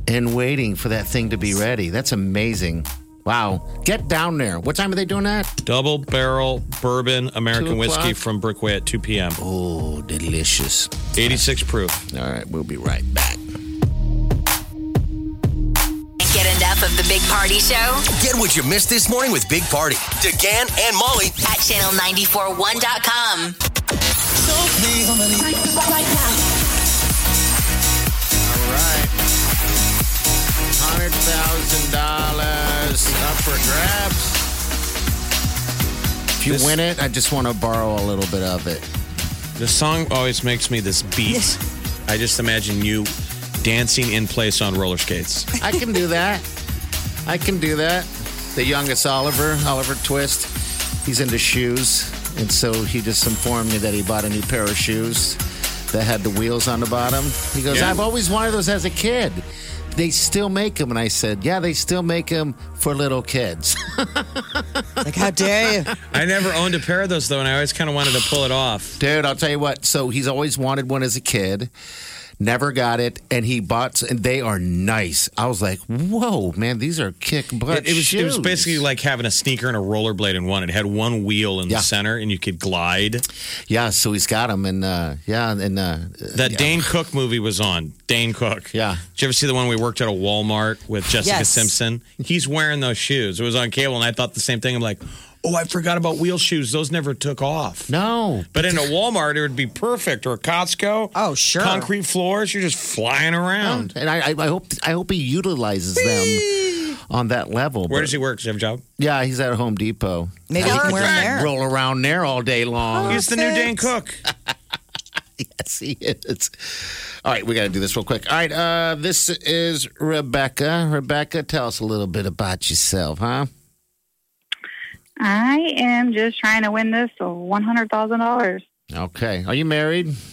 S2: and waiting for that thing to be ready. That's amazing. Wow. Get down there. What time are they doing that?
S3: Double barrel bourbon American
S2: Two o'clock.
S3: whiskey from Brickway at 2 p.m.
S2: Oh, delicious.
S3: 86 proof.
S2: All right, we'll be right back.
S1: Can't get enough of the Big Party Show
S5: Get what you missed this morning with Big Party. DeGan and Molly.
S1: at channel941.com.
S2: All right. $100,000 up for grabs. If you
S3: This-
S2: win it, I just want to borrow a little bit of it.
S3: This song always makes me this beat. I just imagine you dancing in place on roller skates.
S2: I can do that. I can do that. The youngest Oliver, Oliver Twist, he's into shoes. And so he just informed me that he bought a new pair of shoes that had the wheels on the bottom. He goes,
S3: Yeah.
S2: I've always wanted those as a kid. They still make them. And I said, Yeah, they still make them for little kids.
S4: Like, how dare you?
S3: I never owned a pair of those though, and I always kind of wanted to pull it off.
S2: Dude, I'll tell you what. So he's always wanted one as a kid, never got it. And he bought, and they are nice. I was like, Whoa, man, these are kick butt
S3: It, it was it was basically like having a sneaker and a rollerblade in one. It had one wheel in
S2: Yeah.
S3: the center, and you could glide.
S2: Yeah, so he's got him, and uh, yeah, and uh,
S3: That Dane Cook movie was on. Dane Cook.
S2: Yeah.
S3: Did you ever see the one we worked at a Walmart with Jessica
S4: Yes.
S3: Simpson? He's wearing those shoes. It was on cable, and I thought the same thing. I'm like, oh, I forgot about wheel shoes. Those never took off.
S2: no,
S3: But in a Walmart, it would be perfect, or a Costco.
S4: Oh, sure.
S3: Concrete floors. You're just flying around.
S2: and I, I, I hope I hope he utilizes them on that level.
S3: Where
S2: but-
S3: does he work? Does he have a job?
S2: yeah, he's at Home Depot.
S4: Maybe you can wear them there.
S2: Roll around there all day long.
S3: He's the new Dane Cook.
S2: yes, he is. All right, we got to do this real quick. All right, uh, this is Rebecca. Rebecca, tell us a little bit about yourself, huh?
S8: I am just trying to win this one hundred thousand dollars.
S2: Okay, are you married?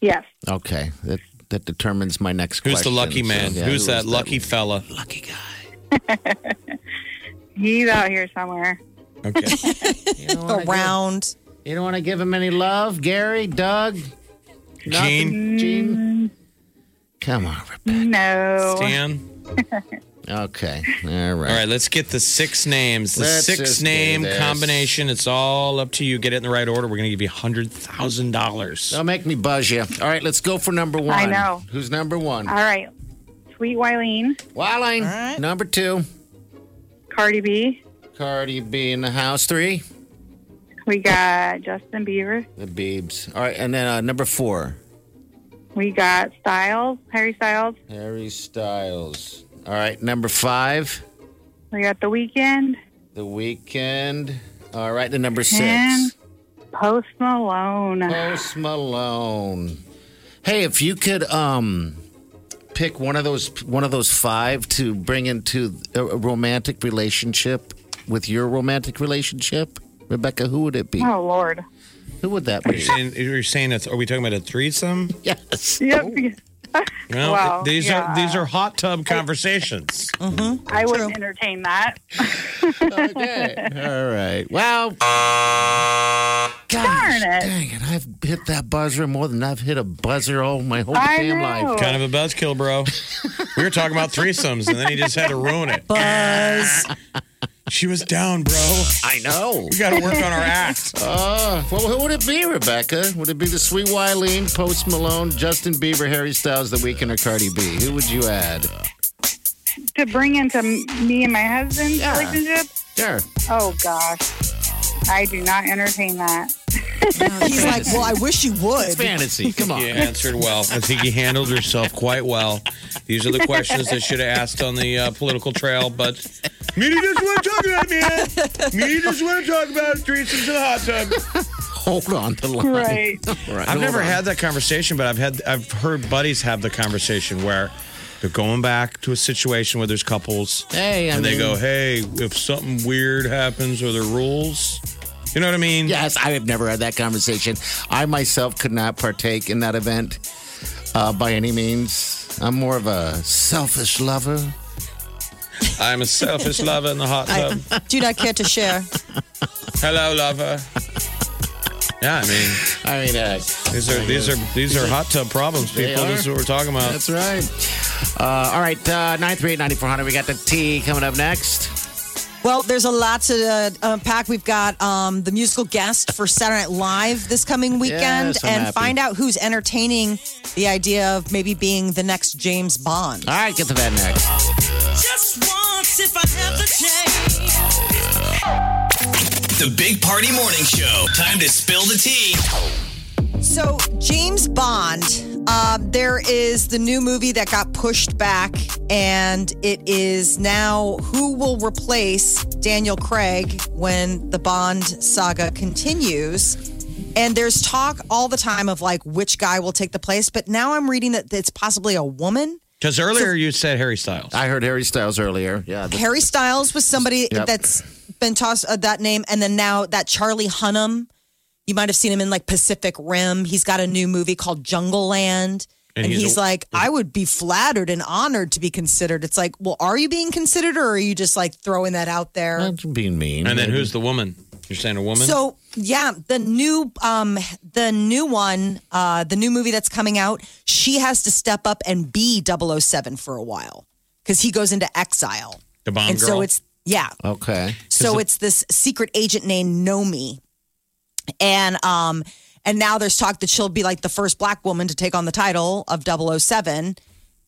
S8: Yes.
S2: Okay, that that determines my next
S3: Who's
S2: question.
S3: the lucky
S2: So,
S3: man?
S2: yeah,
S3: Who's that lucky fella?
S2: lucky guy?
S8: He's out here somewhere.
S3: Okay.
S2: You don't wanna give-
S4: Around.
S2: You don't want to give him any love, Gary, Doug,
S3: Gene,
S2: Gene. Come on, Rebecca.
S8: No.
S3: Stan.
S2: Okay, all right.
S3: All right, let's get the six names. The
S2: Let's just
S3: six
S2: do
S3: name
S2: this.
S3: combination. It's all up to you. Get it in the right order. We're going to give you $100,000.
S2: Don't make me buzz you. All right, let's go for number one.
S8: I know.
S2: Who's number one?
S8: All right. Sweet Wileen,
S2: Wileen.
S4: right.
S2: Number two.
S8: Cardi B.
S2: Cardi B in the house. Three.
S8: We got Justin Bieber.
S2: The Biebs. All right, and then uh, number four.
S8: We got Styles, Harry Styles.
S2: Harry Styles. All right, number five.
S8: We got The Weeknd,
S2: The Weekend. All right, the number six.
S8: And- Post Malone.
S2: Post Malone. Hey, if you could um pick one of those one of those five to bring into a a romantic relationship with your romantic relationship, Rebecca, who would it be?
S8: Oh Lord.
S2: Who would that
S3: You're
S2: be?
S3: saying, you're saying it's, are we talking about a threesome?
S2: yes.
S8: Yep.
S3: No,
S8: Well,
S3: these are
S8: yeah.
S3: these are hot tub conversations.
S8: I wouldn't entertain that.
S2: Okay. All right. Well, gosh,
S8: Darn minute.
S2: Dang it, I've hit that buzzer more than I've hit a buzzer all my whole
S8: I
S2: damn
S8: know.
S2: life.
S3: Kind of a buzzkill, bro. we were talking about threesomes, and then he just had to ruin it.
S4: Buzz.
S3: She was down, bro.
S2: I know.
S3: We got to work on our act.
S2: Uh, well, who would it be, Rebecca? Would it be the sweet Wileen, Post Malone, Justin Bieber, Harry Styles, The Weeknd, or Cardi B? Who would you add?
S8: To bring into m- me and my husband's
S2: Yeah.
S8: relationship?
S2: Sure.
S8: Oh, gosh. I do not entertain that.
S4: He's like, well, I wish you would.
S2: Fantasy. Come on.
S3: You answered well. I think you handled yourself quite well. These are the questions that should have asked on the uh, political trail, but media doesn't want to talk about it, man. Media doesn't want to talk about threesomes in the hot tub.
S2: Hold on to the line.
S8: Right.
S2: Right,
S3: I've
S2: hold
S3: never
S2: on.
S3: had that conversation, but I've had I've heard buddies have the conversation where they're going back to a situation where there's couples.
S2: Hey, I
S3: and they
S2: mean-
S3: go, "Hey, if something weird happens or the rules, you know what I mean?"
S2: Yes, I have never had that conversation. I myself could not partake in that event uh, by any means. I'm more of a selfish lover.
S3: I'm a selfish lover in the hot tub.
S4: I do not care to share.
S3: Hello, lover. Yeah, I mean.
S2: I mean, uh,
S3: These are these are these are hot tub problems,
S2: They
S3: people. This is
S2: are.
S3: what we're talking about.
S2: that's right. Uh, all right, uh, 938-9400. We got the T coming up next.
S4: Well, there's a lot to uh, unpack. We've got um, the musical guest for Saturday Night Live this coming weekend,
S2: Yes, I'm
S4: and
S2: happy.
S4: find out who's entertaining the idea of maybe being the next James Bond.
S2: All right, get to that next.
S5: The Big Party Morning Show. Time to spill the tea.
S4: So, James Bond, uh, there is the new movie that got pushed back, and it is now who will replace Daniel Craig when the Bond saga continues. And there's talk all the time of like which guy will take the place, but now I'm reading that it's possibly a woman.
S3: Because earlier you said Harry Styles.
S2: I heard Harry Styles earlier. Yeah, the-
S4: Harry Styles was somebody
S2: Yep.
S4: that's been tossed uh, that name, and then now that Charlie Hunnam, you might have seen him in like Pacific Rim. He's got a new movie called Jungle Land,
S3: And
S4: and, he's,
S3: he's a-
S4: like, I would be flattered and honored to be considered. It's like, well, are you being considered, or are you just like throwing that out there?
S2: that's being mean.
S3: And then who's the woman? You're saying a woman?
S4: So yeah, the new um the new one, uh the new movie that's coming out, she has to step up and be 007 for a while because he goes into exile,
S3: the bomb
S4: and
S3: girl.
S4: so it's yeah,
S2: Okay.
S4: so it's this secret agent named Nomi, and um, and now there's talk that she'll be like the first black woman to take on the title of 007,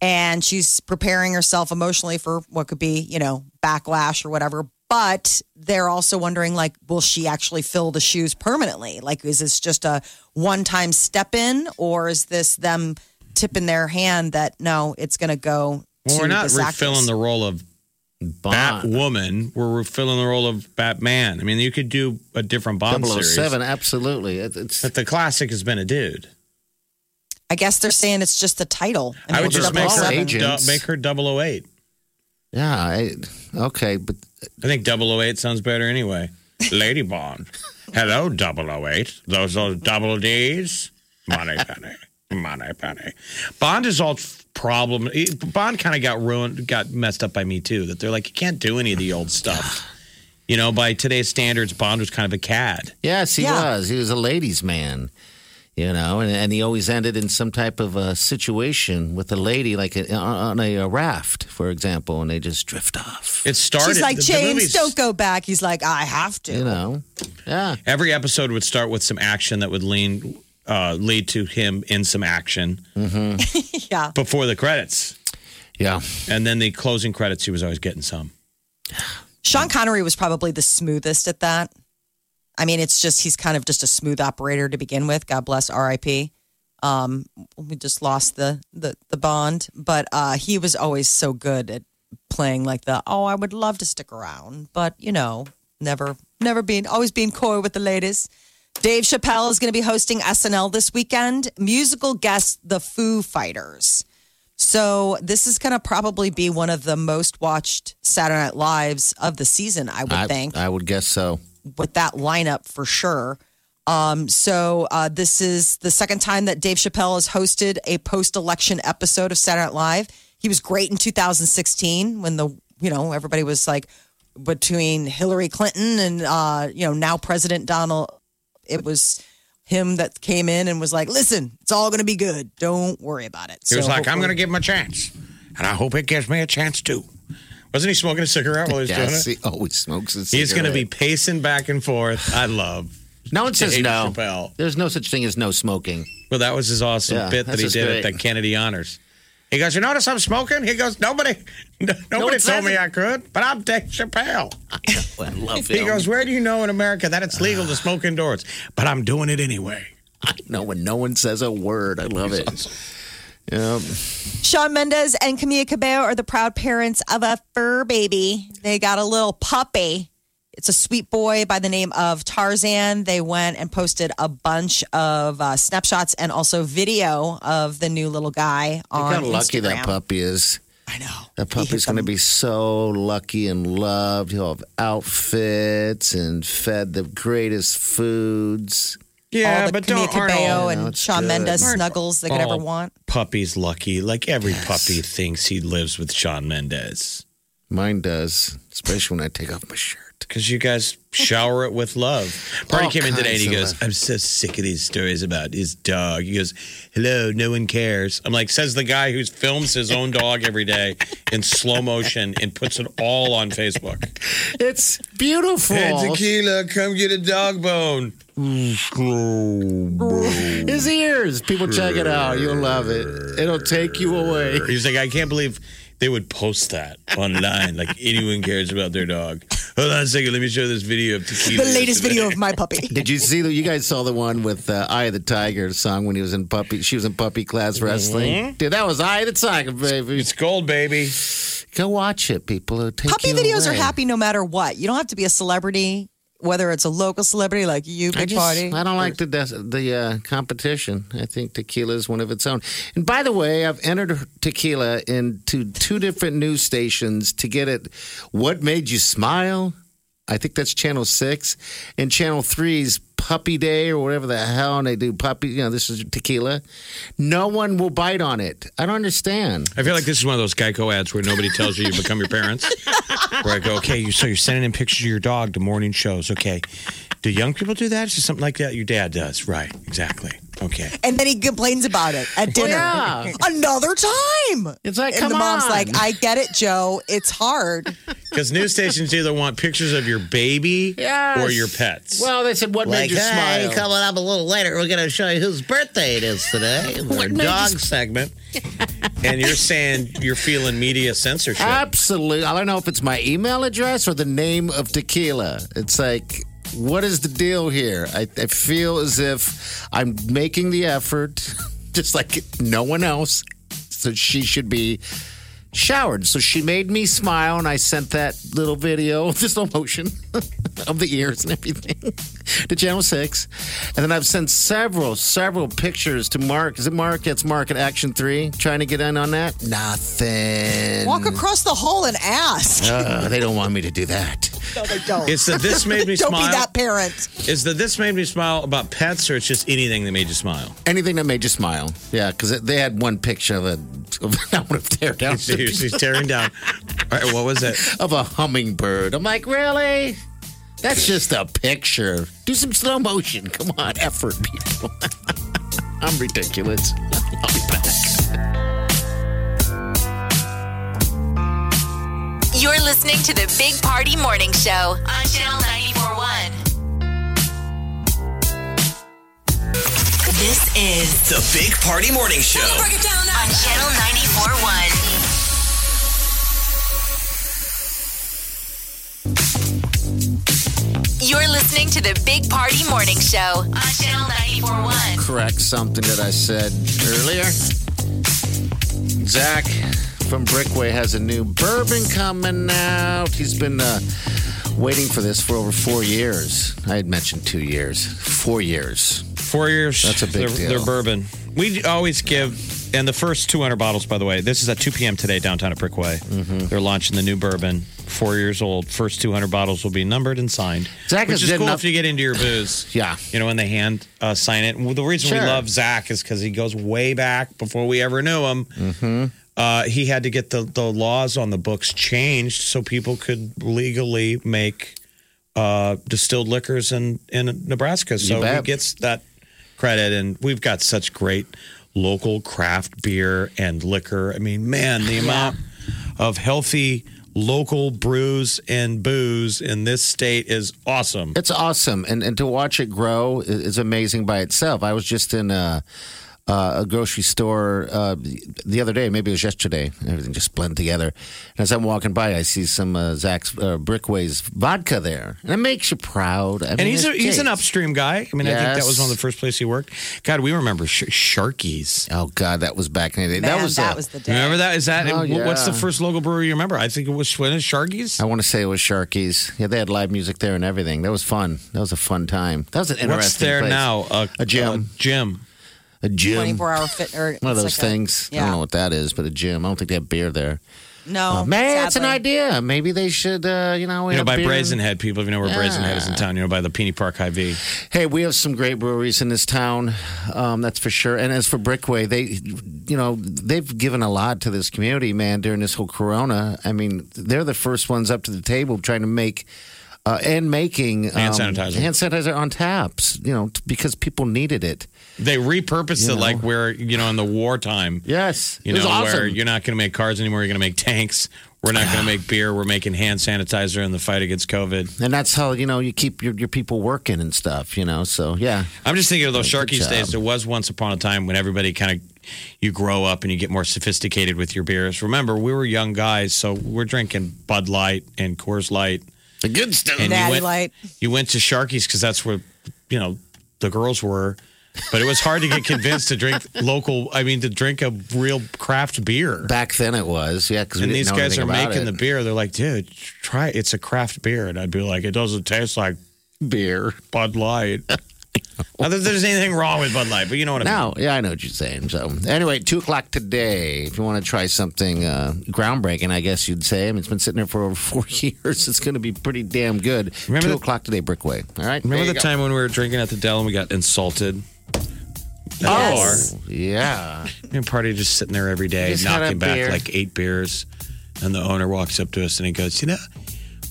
S4: and she's preparing herself emotionally for what could be you know backlash or whatever. But they're also wondering like, will she actually fill the shoes permanently? Like, is this just a one-time step in, or is this them tipping their hand that no, it's going to go?
S3: well,
S4: to
S3: we're not
S4: this actress?
S3: refilling the role of
S2: Bond.
S3: Batwoman. We're refilling the role of Batman. I mean, you could do a different Bond series.
S2: 007, absolutely. It, it's
S3: But the classic has been a dude.
S4: I guess they're saying it's just the title.
S3: I would
S4: mean,
S3: just make her,
S4: 007.
S2: agents.
S3: du- make her 008.
S2: yeah. I, okay, but
S3: I think 008 sounds better anyway. Lady Bond. Hello, 008. Those are double D's. Money penny. Money penny. Bond is all f- problem. Eh, Bond kind of got ruined, got messed up by me too. That they're like, you can't do any of the old stuff. You know, by today's standards, Bond was kind of a cad.
S2: yes, he
S4: Yeah.
S2: was. He was a ladies' man. You know, and, and he always ended in some type of a situation with a lady, like a, on a, a raft, for example, and they just drift off.
S3: It started.
S4: She's like,
S3: the- the
S4: James,
S3: movies-
S4: don't go back. He's like, I have to.
S2: You know, yeah.
S3: Every episode would start with some action that would lean, uh, lead to him in some action
S4: Yeah.
S3: before the credits,
S2: Yeah.
S3: and then the closing credits. He was always getting some.
S4: Sean Connery was probably the smoothest at that. I mean, it's just, he's kind of just a smooth operator to begin with. God bless RIP. Um, we just lost the, the, the bond, but uh, he was always so good at playing like the, oh, I would love to stick around, but you know, never, never being, always being coy with the ladies. Dave Chappelle is going to be hosting SNL this weekend. Musical guest, the Foo Fighters. So this is going to probably be one of the most watched Saturday Night Lives of the season, I would
S2: I,
S4: think,
S2: I would guess so.
S4: with that lineup for sure. Um, so uh, this is the second time that Dave Chappelle has hosted a post-election episode of Saturday Night Live. He was great in 2016 when the you know everybody was like between Hillary Clinton and uh, you know now President Donald. It was him that came in and was like, "Listen, it's all going to be good. Don't worry about it."
S3: He was
S4: So
S3: like, I'm going to
S4: hopefully-
S3: give him a chance. And I hope it gives me a chance too. Wasn't he smoking a cigarette while he was
S2: Yes,
S3: doing it?
S2: he always smokes a
S3: He's going to be
S2: cigarette.
S3: pacing back and forth. I love.
S2: No one says
S3: Dave
S2: no.
S3: Chappelle.
S2: There's no such thing as no smoking.
S3: Well, that was his awesome
S2: Yeah,
S3: bit that
S2: that's
S3: he
S2: just
S3: did at
S2: great.
S3: the Kennedy Honors. He goes, You notice I'm smoking? He goes, Nobody nobody
S2: one
S3: told
S2: says
S3: me
S2: it."
S3: I could, but I'm Dave Chappelle.
S2: I love
S3: He
S2: him.
S3: goes, Where do you know in America that it's legal to smoke indoors? But I'm doing it anyway.
S2: I know when no one says a word. I love it. Yep.
S4: Sean Mendez and Camila Cabello are the proud parents of a fur baby. They got a little puppy. It's a sweet boy by the name of Tarzan. They went and posted a bunch of uh, snapshots and also video of the new little guy on
S2: Look how lucky that
S4: Instagram.
S2: puppy is.
S4: I know.
S2: That puppy's going to be so lucky and loved. He'll have outfits and fed the greatest foods.
S4: all the Camila Cabello and
S2: it's
S4: Sean
S2: good.
S4: Mendes
S3: Aren't
S4: snuggles they could ever
S3: all
S4: want.
S3: Puppy's lucky. Like every puppy thinks he lives with Sean Mendez.
S2: Mine does, especially when I take off my shirt.
S3: Because you guys shower it with love. Party
S2: All
S3: came in today and he
S2: kinds
S3: goes,
S2: of
S3: I'm so sick of these stories about his dog. He goes, Hello, no one cares. I'm like, says the guy who films his own dog every day in slow motion and puts it all on Facebook.
S2: It's beautiful.
S3: tequila, come get a dog bone.
S2: His ears. People check it out. You'll love it. It'll take you away.
S3: He's like, I can't believe they would post that online. like anyone cares about their dog. Hold on a second, let me show this video of tequila.
S4: The latest
S3: yesterday.
S4: video of my puppy.
S2: Did you see that? You guys saw the one with uh, "Eye of the Tiger" song when he was in puppy. She was in puppy class wrestling. Dude, that was "Eye of the Tiger," baby.
S3: It's gold, baby.
S2: Go watch it, people. It'll take
S4: Puppy
S2: you
S4: videos are
S2: away.
S4: happy no matter what. You don't have to be a celebrity, whether it's a local celebrity like you,
S2: I
S4: Big
S2: just
S4: Party.
S2: I don't like the des- the uh, competition. I think tequila is one of its own. And by the way, I've entered tequila into two different news stations to get it. What made you smile? I think that's Channel Six and Channel 3's Puppy Day or whatever the hell, and they do puppy. You know, this is tequila. No one will bite on it. I don't understand.
S3: I feel like this is one of those Geico ads where nobody tells you you become your parents. Where I go, okay, you, so you're sending in pictures of your dog to morning shows. Okay, do young people do that? Is it something like that your dad does? Right, exactly. Okay.
S4: And then he complains about it at dinner.
S2: yeah.
S4: Another time.
S2: It's like,
S4: and
S2: come
S4: the mom's
S2: on.
S4: like, I get it, Joe. It's hard.
S3: Because news stations either want pictures of your baby
S2: Yes.
S3: or your pets.
S2: Well, they said what made you smile.
S3: coming up a little later, we're going to show you whose birthday it is today. Our dog segment. and you're saying you're feeling media censorship.
S2: Uh, Absolutely. I don't know if it's my email address or the name of tequila. It's like, what is the deal here? I, I feel as if I'm making the effort, just like no one else. So she should be showered. So she made me smile, and I sent that little video, the slow motion of the ears and everything to Channel 6. And then I've sent several, several pictures to Mark. Is it Mark? That's Mark at Action 3 trying to get in on that. Nothing.
S4: Walk across the hall and ask.
S2: Uh, they don't want me to do that.
S4: No, they don't.
S3: It's the this made me
S4: don't
S3: smile.
S4: be that parent.
S3: Is the this made me smile about pets or it's just anything that made you smile?
S2: Anything that made you smile. Yeah, because they had one picture of a of, I would have tear down
S3: She's she's tearing down. All right, what was it?
S2: of a hummingbird. I'm like, really? That's just a picture. Do some slow motion. Come on, effort, people. I'm ridiculous. I'll be back.
S1: You're listening to the Big Party Morning Show on Channel 941. This is
S5: The Big Party Morning Show.
S1: Break it down on Channel 941. You're listening to the Big Party Morning Show on Channel 941.
S2: Correct something that I said earlier. Zach from Brickway has a new bourbon coming out. He's been uh, waiting for this for over four years. I had mentioned two years, four years.
S3: Four years.
S2: That's a big
S3: their,
S2: deal.
S3: Their bourbon. We always give, and the first 200 bottles, by the way, this is at 2 p.m. today downtown at Brickway.
S2: Mm-hmm.
S3: They're launching the new bourbon. Four years old. First 200 bottles will be numbered and signed.
S2: Zach
S3: which
S2: has
S3: is
S2: did
S3: cool
S2: enough-
S3: if you get into your booze.
S2: Yeah.
S3: You know, when they hand uh, sign it. Well, the reason we
S2: Sure.
S3: love Zach is because he goes way back before we ever knew him.
S2: Mm-hmm.
S3: Uh, he had to get the, the laws on the books changed so people could legally make uh, distilled liquors in, in Nebraska. So he
S2: bet.
S3: gets that credit. And we've got such great local craft beer and liquor. I mean, man, the amount of healthy local brews and booze in this state is awesome.
S2: It's awesome, and and to watch it grow i- is amazing by itself. I was just in a, uh, a grocery store uh, the- the other day, maybe it was yesterday. and Everything just blended together. And as I'm walking by, I see some uh, Zach's uh, Brickway's vodka there, and it makes you proud. I
S3: and
S2: mean,
S3: he's a,
S2: it
S3: he's an
S2: tastes-
S3: upstream guy. I mean, I think that was
S2: Yes.
S3: one of the first places he worked. God, we remember sh- Sharkies.
S2: Oh God, that was back in the day. that was uh,
S4: the
S3: Remember that? Is that
S2: Oh,
S3: wh- what's
S2: yeah.
S3: the first local brewery you remember? I think it was when it was Sharkies.
S2: I want to say it was Sharkies. Yeah, they had live music there and everything. That was fun. That was a fun time. That was an interesting.
S3: What's there
S2: place.
S3: now?
S2: A gym.
S3: A gym.
S2: A gym.
S4: 24 hour fit or
S2: One of
S4: it's
S2: those
S4: like a-
S2: things. I
S4: yeah.
S2: don't know what that is, but a gym. I don't think they have beer there.
S4: No,
S2: Uh, man, that's an
S4: Oh, sadly.
S2: idea. Maybe they should, uh, you know,
S3: You know,
S2: have
S3: by
S2: beer.
S3: Brazen Head, people, if you know where Brazen Head is in town, you know, by the Peony Park IV.
S2: Hey, we have some great breweries in this town, um, that's for sure. And as for Brickway, they, you know, they've given a lot to this community, man. During this whole Corona, I mean, they're the first ones up to the table trying to make. Uh, and making
S3: Hand sanitizer.
S2: hand sanitizer on taps, you know, t- because people needed it.
S3: They repurposed it like where, you know, in the wartime,
S2: Yes,
S3: you
S2: it
S3: know,
S2: was awesome.
S3: where you're not going to make cars anymore, you're going to make tanks. We're not going to make beer. We're making hand sanitizer in the fight against COVID.
S2: and that's how you know you keep your, your people working and stuff, you know. So yeah,
S3: I'm just thinking of those
S2: Good
S3: Sharky's
S2: job.
S3: days. There was once upon a time when everybody kind of you grow up and you get more sophisticated with your beers. Remember, we were young guys, so we're drinking Bud Light and Coors Light.
S2: the good stuff.
S3: And
S4: Natty
S3: you went,
S4: Light.
S3: You went to Sharky's because that's where you know the girls were. But it was hard to get convinced to drink local. I mean, to drink a real craft beer.
S2: Back then it was, yeah. Because
S3: And these guys are making the beer. They're like, dude, try it. it's a craft beer, and I'd be like, it doesn't taste like
S2: beer.
S3: Bud Light. Not that there's anything wrong with Bud Light, but you know what I mean.
S2: Now, yeah, I know what you're saying. So anyway, two o'clock today. If you want to try something uh, groundbreaking, I guess you'd say. I mean, it's been sitting there for over four years. It's going to be pretty damn good.
S3: Remember
S2: two
S3: the-
S2: o'clock today, Brickway. All right.
S3: Remember
S2: there
S3: the
S2: you go.
S3: time when we were drinking at the Dell and we got insulted?
S4: Yes.
S2: Yeah.
S3: And party just sitting there every day,
S2: Just had a
S3: knocking back
S2: beer.
S3: like eight beers. And the owner walks up to us and he goes, You know,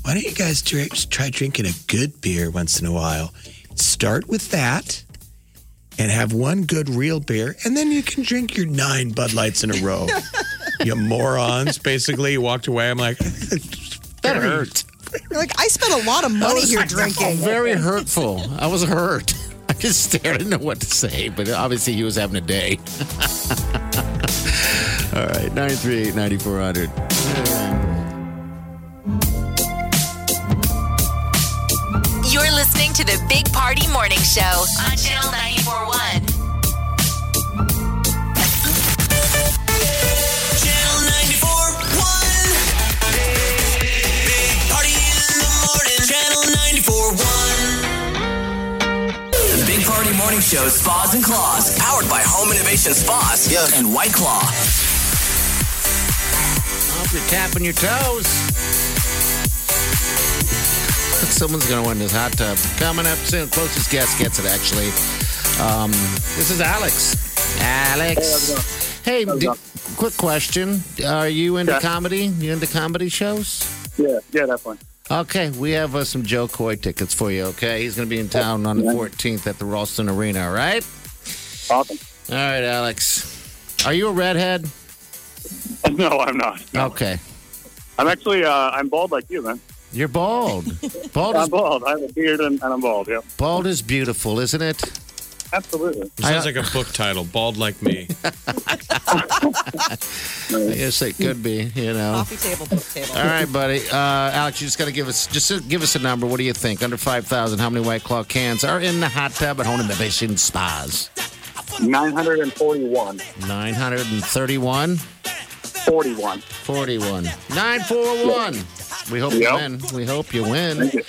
S3: why don't you guys drink, try drinking a good beer once in a while? Start with that and have one good real beer, and then you can drink your nine Bud Lights in a row. you morons. Basically, he walked away. I'm like,
S2: That hurt.
S4: You're like, I spent a lot of money here drinking.
S2: Very hurtful. I was hurt. I just stared. I didn't know what to say, but obviously he was having a day. All right, 938 9400.
S1: You're listening to the Big Party Morning Show on Channel 941.
S5: Channel 94.1. Big, big party in the morning. Channel 94.1. The Big Party Morning Show, Spas and Claws, powered by Home Innovation Spas and White Claw.
S2: Hope you're tapping your toes. Someone's going to win this hot tub. Coming up soon. Closest guest gets it, actually. Um, this is Alex. Alex. Hey,
S10: How's it
S2: did-
S10: going?
S2: quick question. Are you into
S10: Yeah.
S2: comedy? You into comedy shows?
S10: Yeah, yeah, that's fine.
S2: Okay, we have uh, some Joe Coy tickets for you, okay? He's going to be in town on the 14th at the Ralston Arena, all right?
S10: Awesome.
S2: All right, Alex. Are you a redhead?
S10: No, I'm not. No.
S2: Okay.
S10: I'm actually, uh, I'm bald like you, man.
S2: You're bald. Bald
S10: I'm
S2: is,
S10: bald. I have a beard and, and I'm bald. Yeah,
S2: bald is beautiful, isn't it?
S10: absolutely.
S3: sounds like a book title, Bald Like Me.
S2: I guess it could be, you know.
S4: Coffee table, book table.
S2: All right, buddy. Uh, Alex, you just got to give us just give us a number. What do you think? Under five thousand, how many White Claw cans are in the hot tub at Home Innovation Spas?
S10: 941.
S2: 931,
S10: 41.
S2: 41, 941. We hope you
S10: Yep.
S2: win. We hope you win.
S10: Thank you.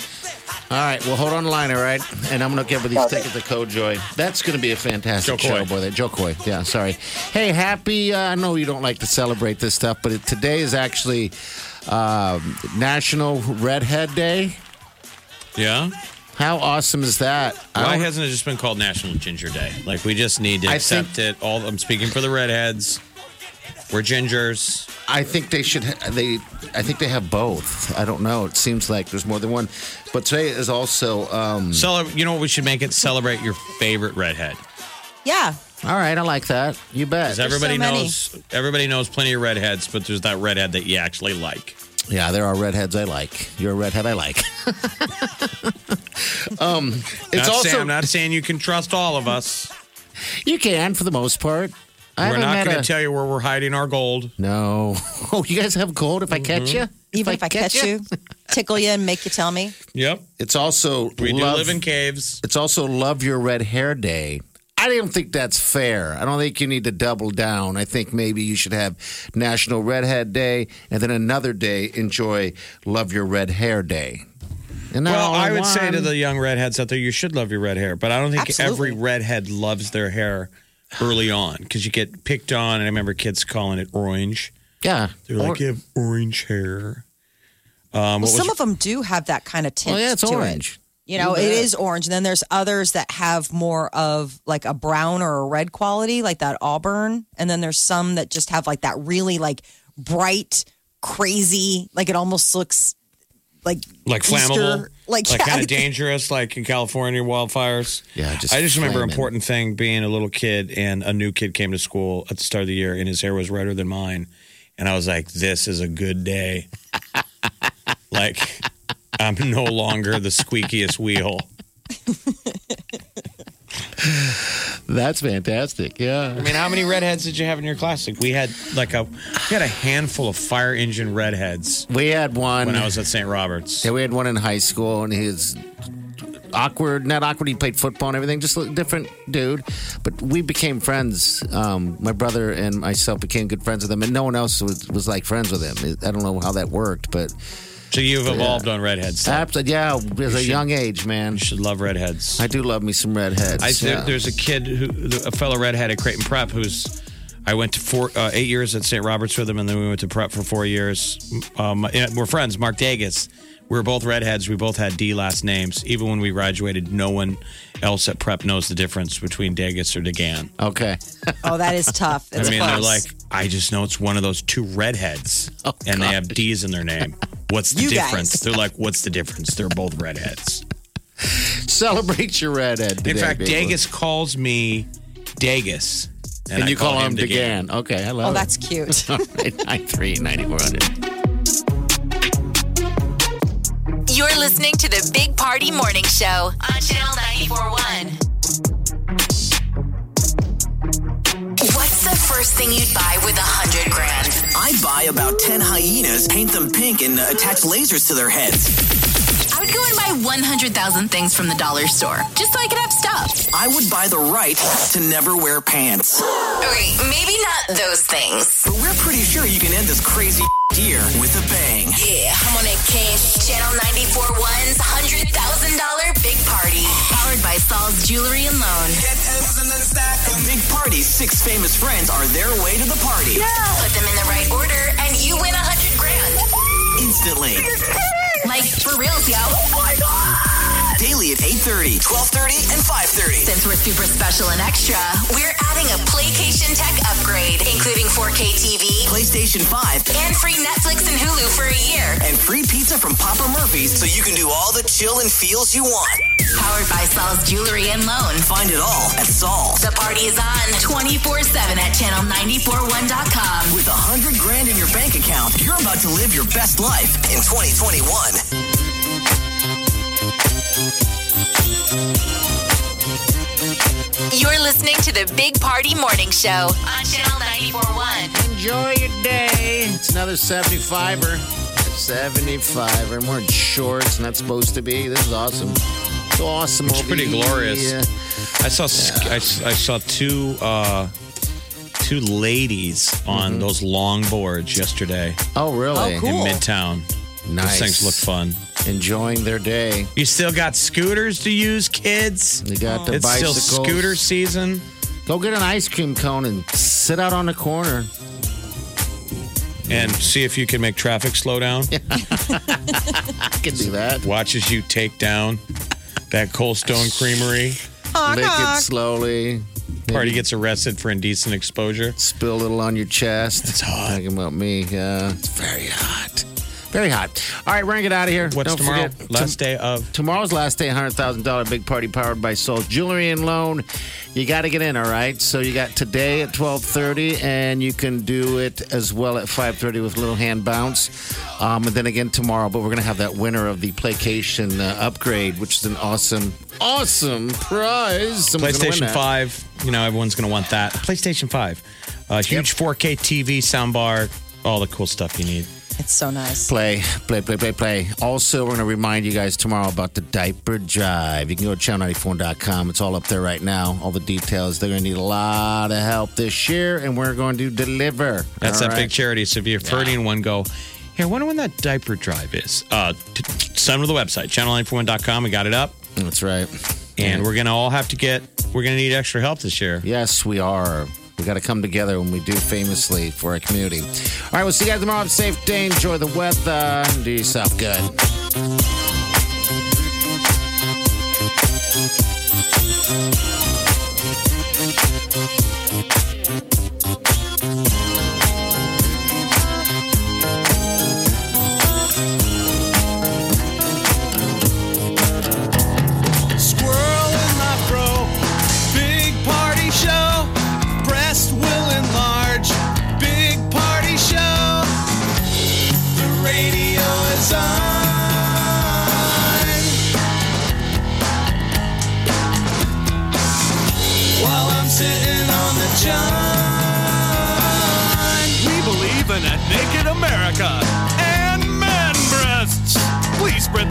S2: All right, well, hold on the line, all right? And I'm going to give these tickets to Codejoy. That's going to be a fantastic
S3: Joe Coy.
S2: show, boy. That Joe Coy. Yeah, sorry. Hey, happy. Uh, I know you don't like to celebrate this stuff, but it, today is actually um National Redhead Day.
S3: Yeah?
S2: How awesome is that?
S3: Why
S2: I don't-
S3: hasn't it just been called National Ginger Day? Like we just need to
S2: I
S3: accept it. All I'm speaking for the redheads. We're gingers.
S2: I think they should. ha- They, I think they have both. I don't know. It seems like there's more than one. But today is also. Um,
S3: Cele- you know what we should make it? Celebrate your favorite redhead.
S4: Yeah.
S2: All right, I like that. You bet.
S3: Because everybody knows everybody knows plenty of redheads, but there's that redhead that you actually like.
S2: Yeah, there are redheads I like. You're a redhead I like. um, it's
S3: not
S2: also
S3: saying, I'm not saying you can trust all of us.
S2: you can for the most part. I
S3: we're
S2: haven't
S3: not
S2: met
S3: going
S2: a-
S3: to tell you where we're hiding our gold.
S2: No. Oh, you guys have gold if
S3: Mm-hmm.
S2: I catch you?
S4: Even if I, catch you, tickle you and make you tell me.
S3: Yep.
S2: It's also
S3: We
S2: love,
S3: do live in caves.
S2: It's also Love Your Red Hair Day. I don't think that's fair. I don't think you need to double down. I think maybe you should have National Redhead Day and then another day enjoy Love Your Red Hair Day. And not
S3: Well,
S2: all
S3: I
S2: in
S3: would say to
S2: one.
S3: the young redheads out there, you should love your red hair, but I don't think
S4: Absolutely.
S3: every redhead loves their hair early on because you get picked on. And I remember kids calling it orange.
S2: yeah,
S3: They're
S2: Or-
S3: like, you have orange hair. Um, what
S4: Well,
S3: was
S4: some of them do have that kind of tint.
S2: well, Oh, yeah, it's
S4: to it.
S2: orange.
S4: You know, it is orange. And then there's others that have more of like a brown or a red quality, like that auburn. And then there's some that just have like that really like bright, crazy, like it almost looks like
S3: like
S4: Easter,
S3: flammable,
S4: like, yeah,
S3: kind
S4: I
S3: of
S4: think-
S3: dangerous, like in California wildfires.
S2: Yeah, just
S3: I just remember an
S2: flaming.
S3: important thing being a little kid, and a new kid came to school at the start of the year, and his hair was redder than mine, and I was like, "This is a good day." like, I'm no longer the squeakiest wheel.
S2: That's fantastic.
S3: I
S2: Yeah.
S3: mean, how many redheads did you have in your class? Like, we had like a we had a handful of fire engine redheads
S2: We had one.
S3: when I was at St. Roberts.
S2: Yeah, we had one in high school, and he was awkward, not awkward. He played football and everything, just a different dude. But we became friends. Um, my brother and myself became good friends with him, and no one else was, was like friends with him. I don't know how that worked, but
S3: So you've evolved on redheads. You
S2: Abs- yeah, at a young age, man.
S3: should love redheads.
S2: I do love me some redheads.
S3: I,
S4: uh,
S3: there,
S2: yeah.
S3: There's a kid, who, a fellow redhead at Creighton Prep, who's I went to four uh, eight years at St. Roberts with him, and then we went to Prep for four years. Um, and we're friends. Mark Dagus. We were both redheads. We both had D last names. Even when we graduated, no one else at Prep knows the difference between Dagus or Degan.
S2: okay.
S4: Oh, that is tough. It's
S3: I mean, they're
S4: close.
S3: like, I just know it's one of those two redheads, and they have D's in their name. What's the
S4: Oh, You guys.
S3: difference? They're like, what's the difference? They're both redheads.
S2: Celebrate your redhead. Today,
S3: In fact,
S2: people.
S3: Dagus calls me Dagus.
S2: and
S3: I
S2: you call, him
S3: Dagan.
S2: Degan. Okay, I love
S4: oh,
S2: it.
S4: that's cute.
S2: Nine three ninety four hundred.
S1: You're listening to the Big Party Morning Show on Channel 941. What's the first thing you'd buy with a hundred grand?
S5: I'd buy about 10 hyenas, paint them pink, and uh, attach lasers to their heads.
S1: I would go and buy 100,000 things from the dollar store just so I could have stuff.
S5: I would buy the right to never wear pants.
S1: Okay, maybe not those things.
S5: But we're pretty sure you can end this crazy year with a bang.
S1: Yeah, I'm on a cash. Channel 941's $100,000 Big Party. Powered by Saul's Jewelry and Loan.
S5: The Big Party's six famous friends are their way to the party
S1: Put them in the right order and you win 100 grand.
S5: instantly.
S1: Like, for reals, yo.
S5: Daily at 8.30, 12.30, and 5.30.
S1: Since we're super special and extra, we're adding a Playcation Tech upgrade, including 4K TV
S5: PlayStation 5
S1: and free Netflix and Hulu for a year.
S5: and free pizza from Papa Murphy's so you can do all the chill and feels you want.
S1: Powered by Saul's Jewelry and Loan.
S5: Find it all at Saul's.
S1: The party is on 24 7 at channel941.com.
S5: With a hundred grand in your bank account, you're about to live your best life in 2021.
S1: You're listening to the Big Party Morning Show on Channel 941.
S2: Enjoy your day. It's another 75er. 75er. And we're in shorts, and that's supposed to be. This is awesome. It's awesome.
S3: It's
S2: over
S3: pretty
S2: here.
S3: glorious. I saw sk I, s- I saw two uh, two ladies
S2: Mm-hmm.
S3: on those long boards yesterday
S2: Oh, really?
S4: Oh, cool.
S3: in Midtown.
S2: Nice.
S3: Those things look fun.
S2: Enjoying their day.
S3: You still got scooters to use, kids.
S2: They got the
S3: it's
S2: bicycles.
S3: still scooter season.
S2: Go get an ice cream cone and sit out on the corner. Mm-hmm.
S3: And see if you can make traffic slow down.
S2: I can do that.
S3: Watch as you take down that Cold Stone Creamery.
S4: Honk,
S2: Lick it
S4: honk.
S2: slowly.
S3: Party gets arrested for indecent exposure.
S2: Spill a little on your chest. It's
S3: hot.
S2: Talking about me. Yeah, it's very hot. Very hot. All right, we're going to get out of here.
S3: What's
S2: Don't
S3: tomorrow?
S2: forget,
S3: Last day of.
S2: Tomorrow's last day, $100,000 big party powered by Souls Jewelry and Loan. You got to get in, all right? So you got today at 12.30, and you can do it as well at 5.30 with Little Hand Bounce. Um, and then again tomorrow, but we're going to have that winner of the Playcation uh, upgrade, which is an awesome, awesome prize. Someone's gonna win
S3: PlayStation
S2: that.
S3: 5, you know, everyone's going to want that. PlayStation 5, a huge 4K TV, soundbar, all the cool stuff you need.
S4: It's so nice.
S2: Play, play, play, play, play. Also, we're going to remind you guys tomorrow about the diaper drive. You can go to channel94.com. It's all up there right now. All the details. They're going to need a lot of help this year, and we're going to deliver.
S3: That's
S2: All
S3: that big
S2: right.
S3: charity. So if you're hurting one, go, here, I wonder when that diaper drive is. Uh, t- t- send them to the website, channel941.com. We got it up.
S2: That's right.
S3: And we're going to all have to get, we're going to need extra help this year.
S2: Yes, we are. We got to come together when we do famously for our community. All right, we'll see you guys tomorrow. Have a safe day. Enjoy the weather. Do yourself good.
S5: Squirrel in my fro. Big party show. Breast will enlarge. Big party show. The radio is on. While I'm sitting on the john. We believe in a naked America and man breasts. Please spread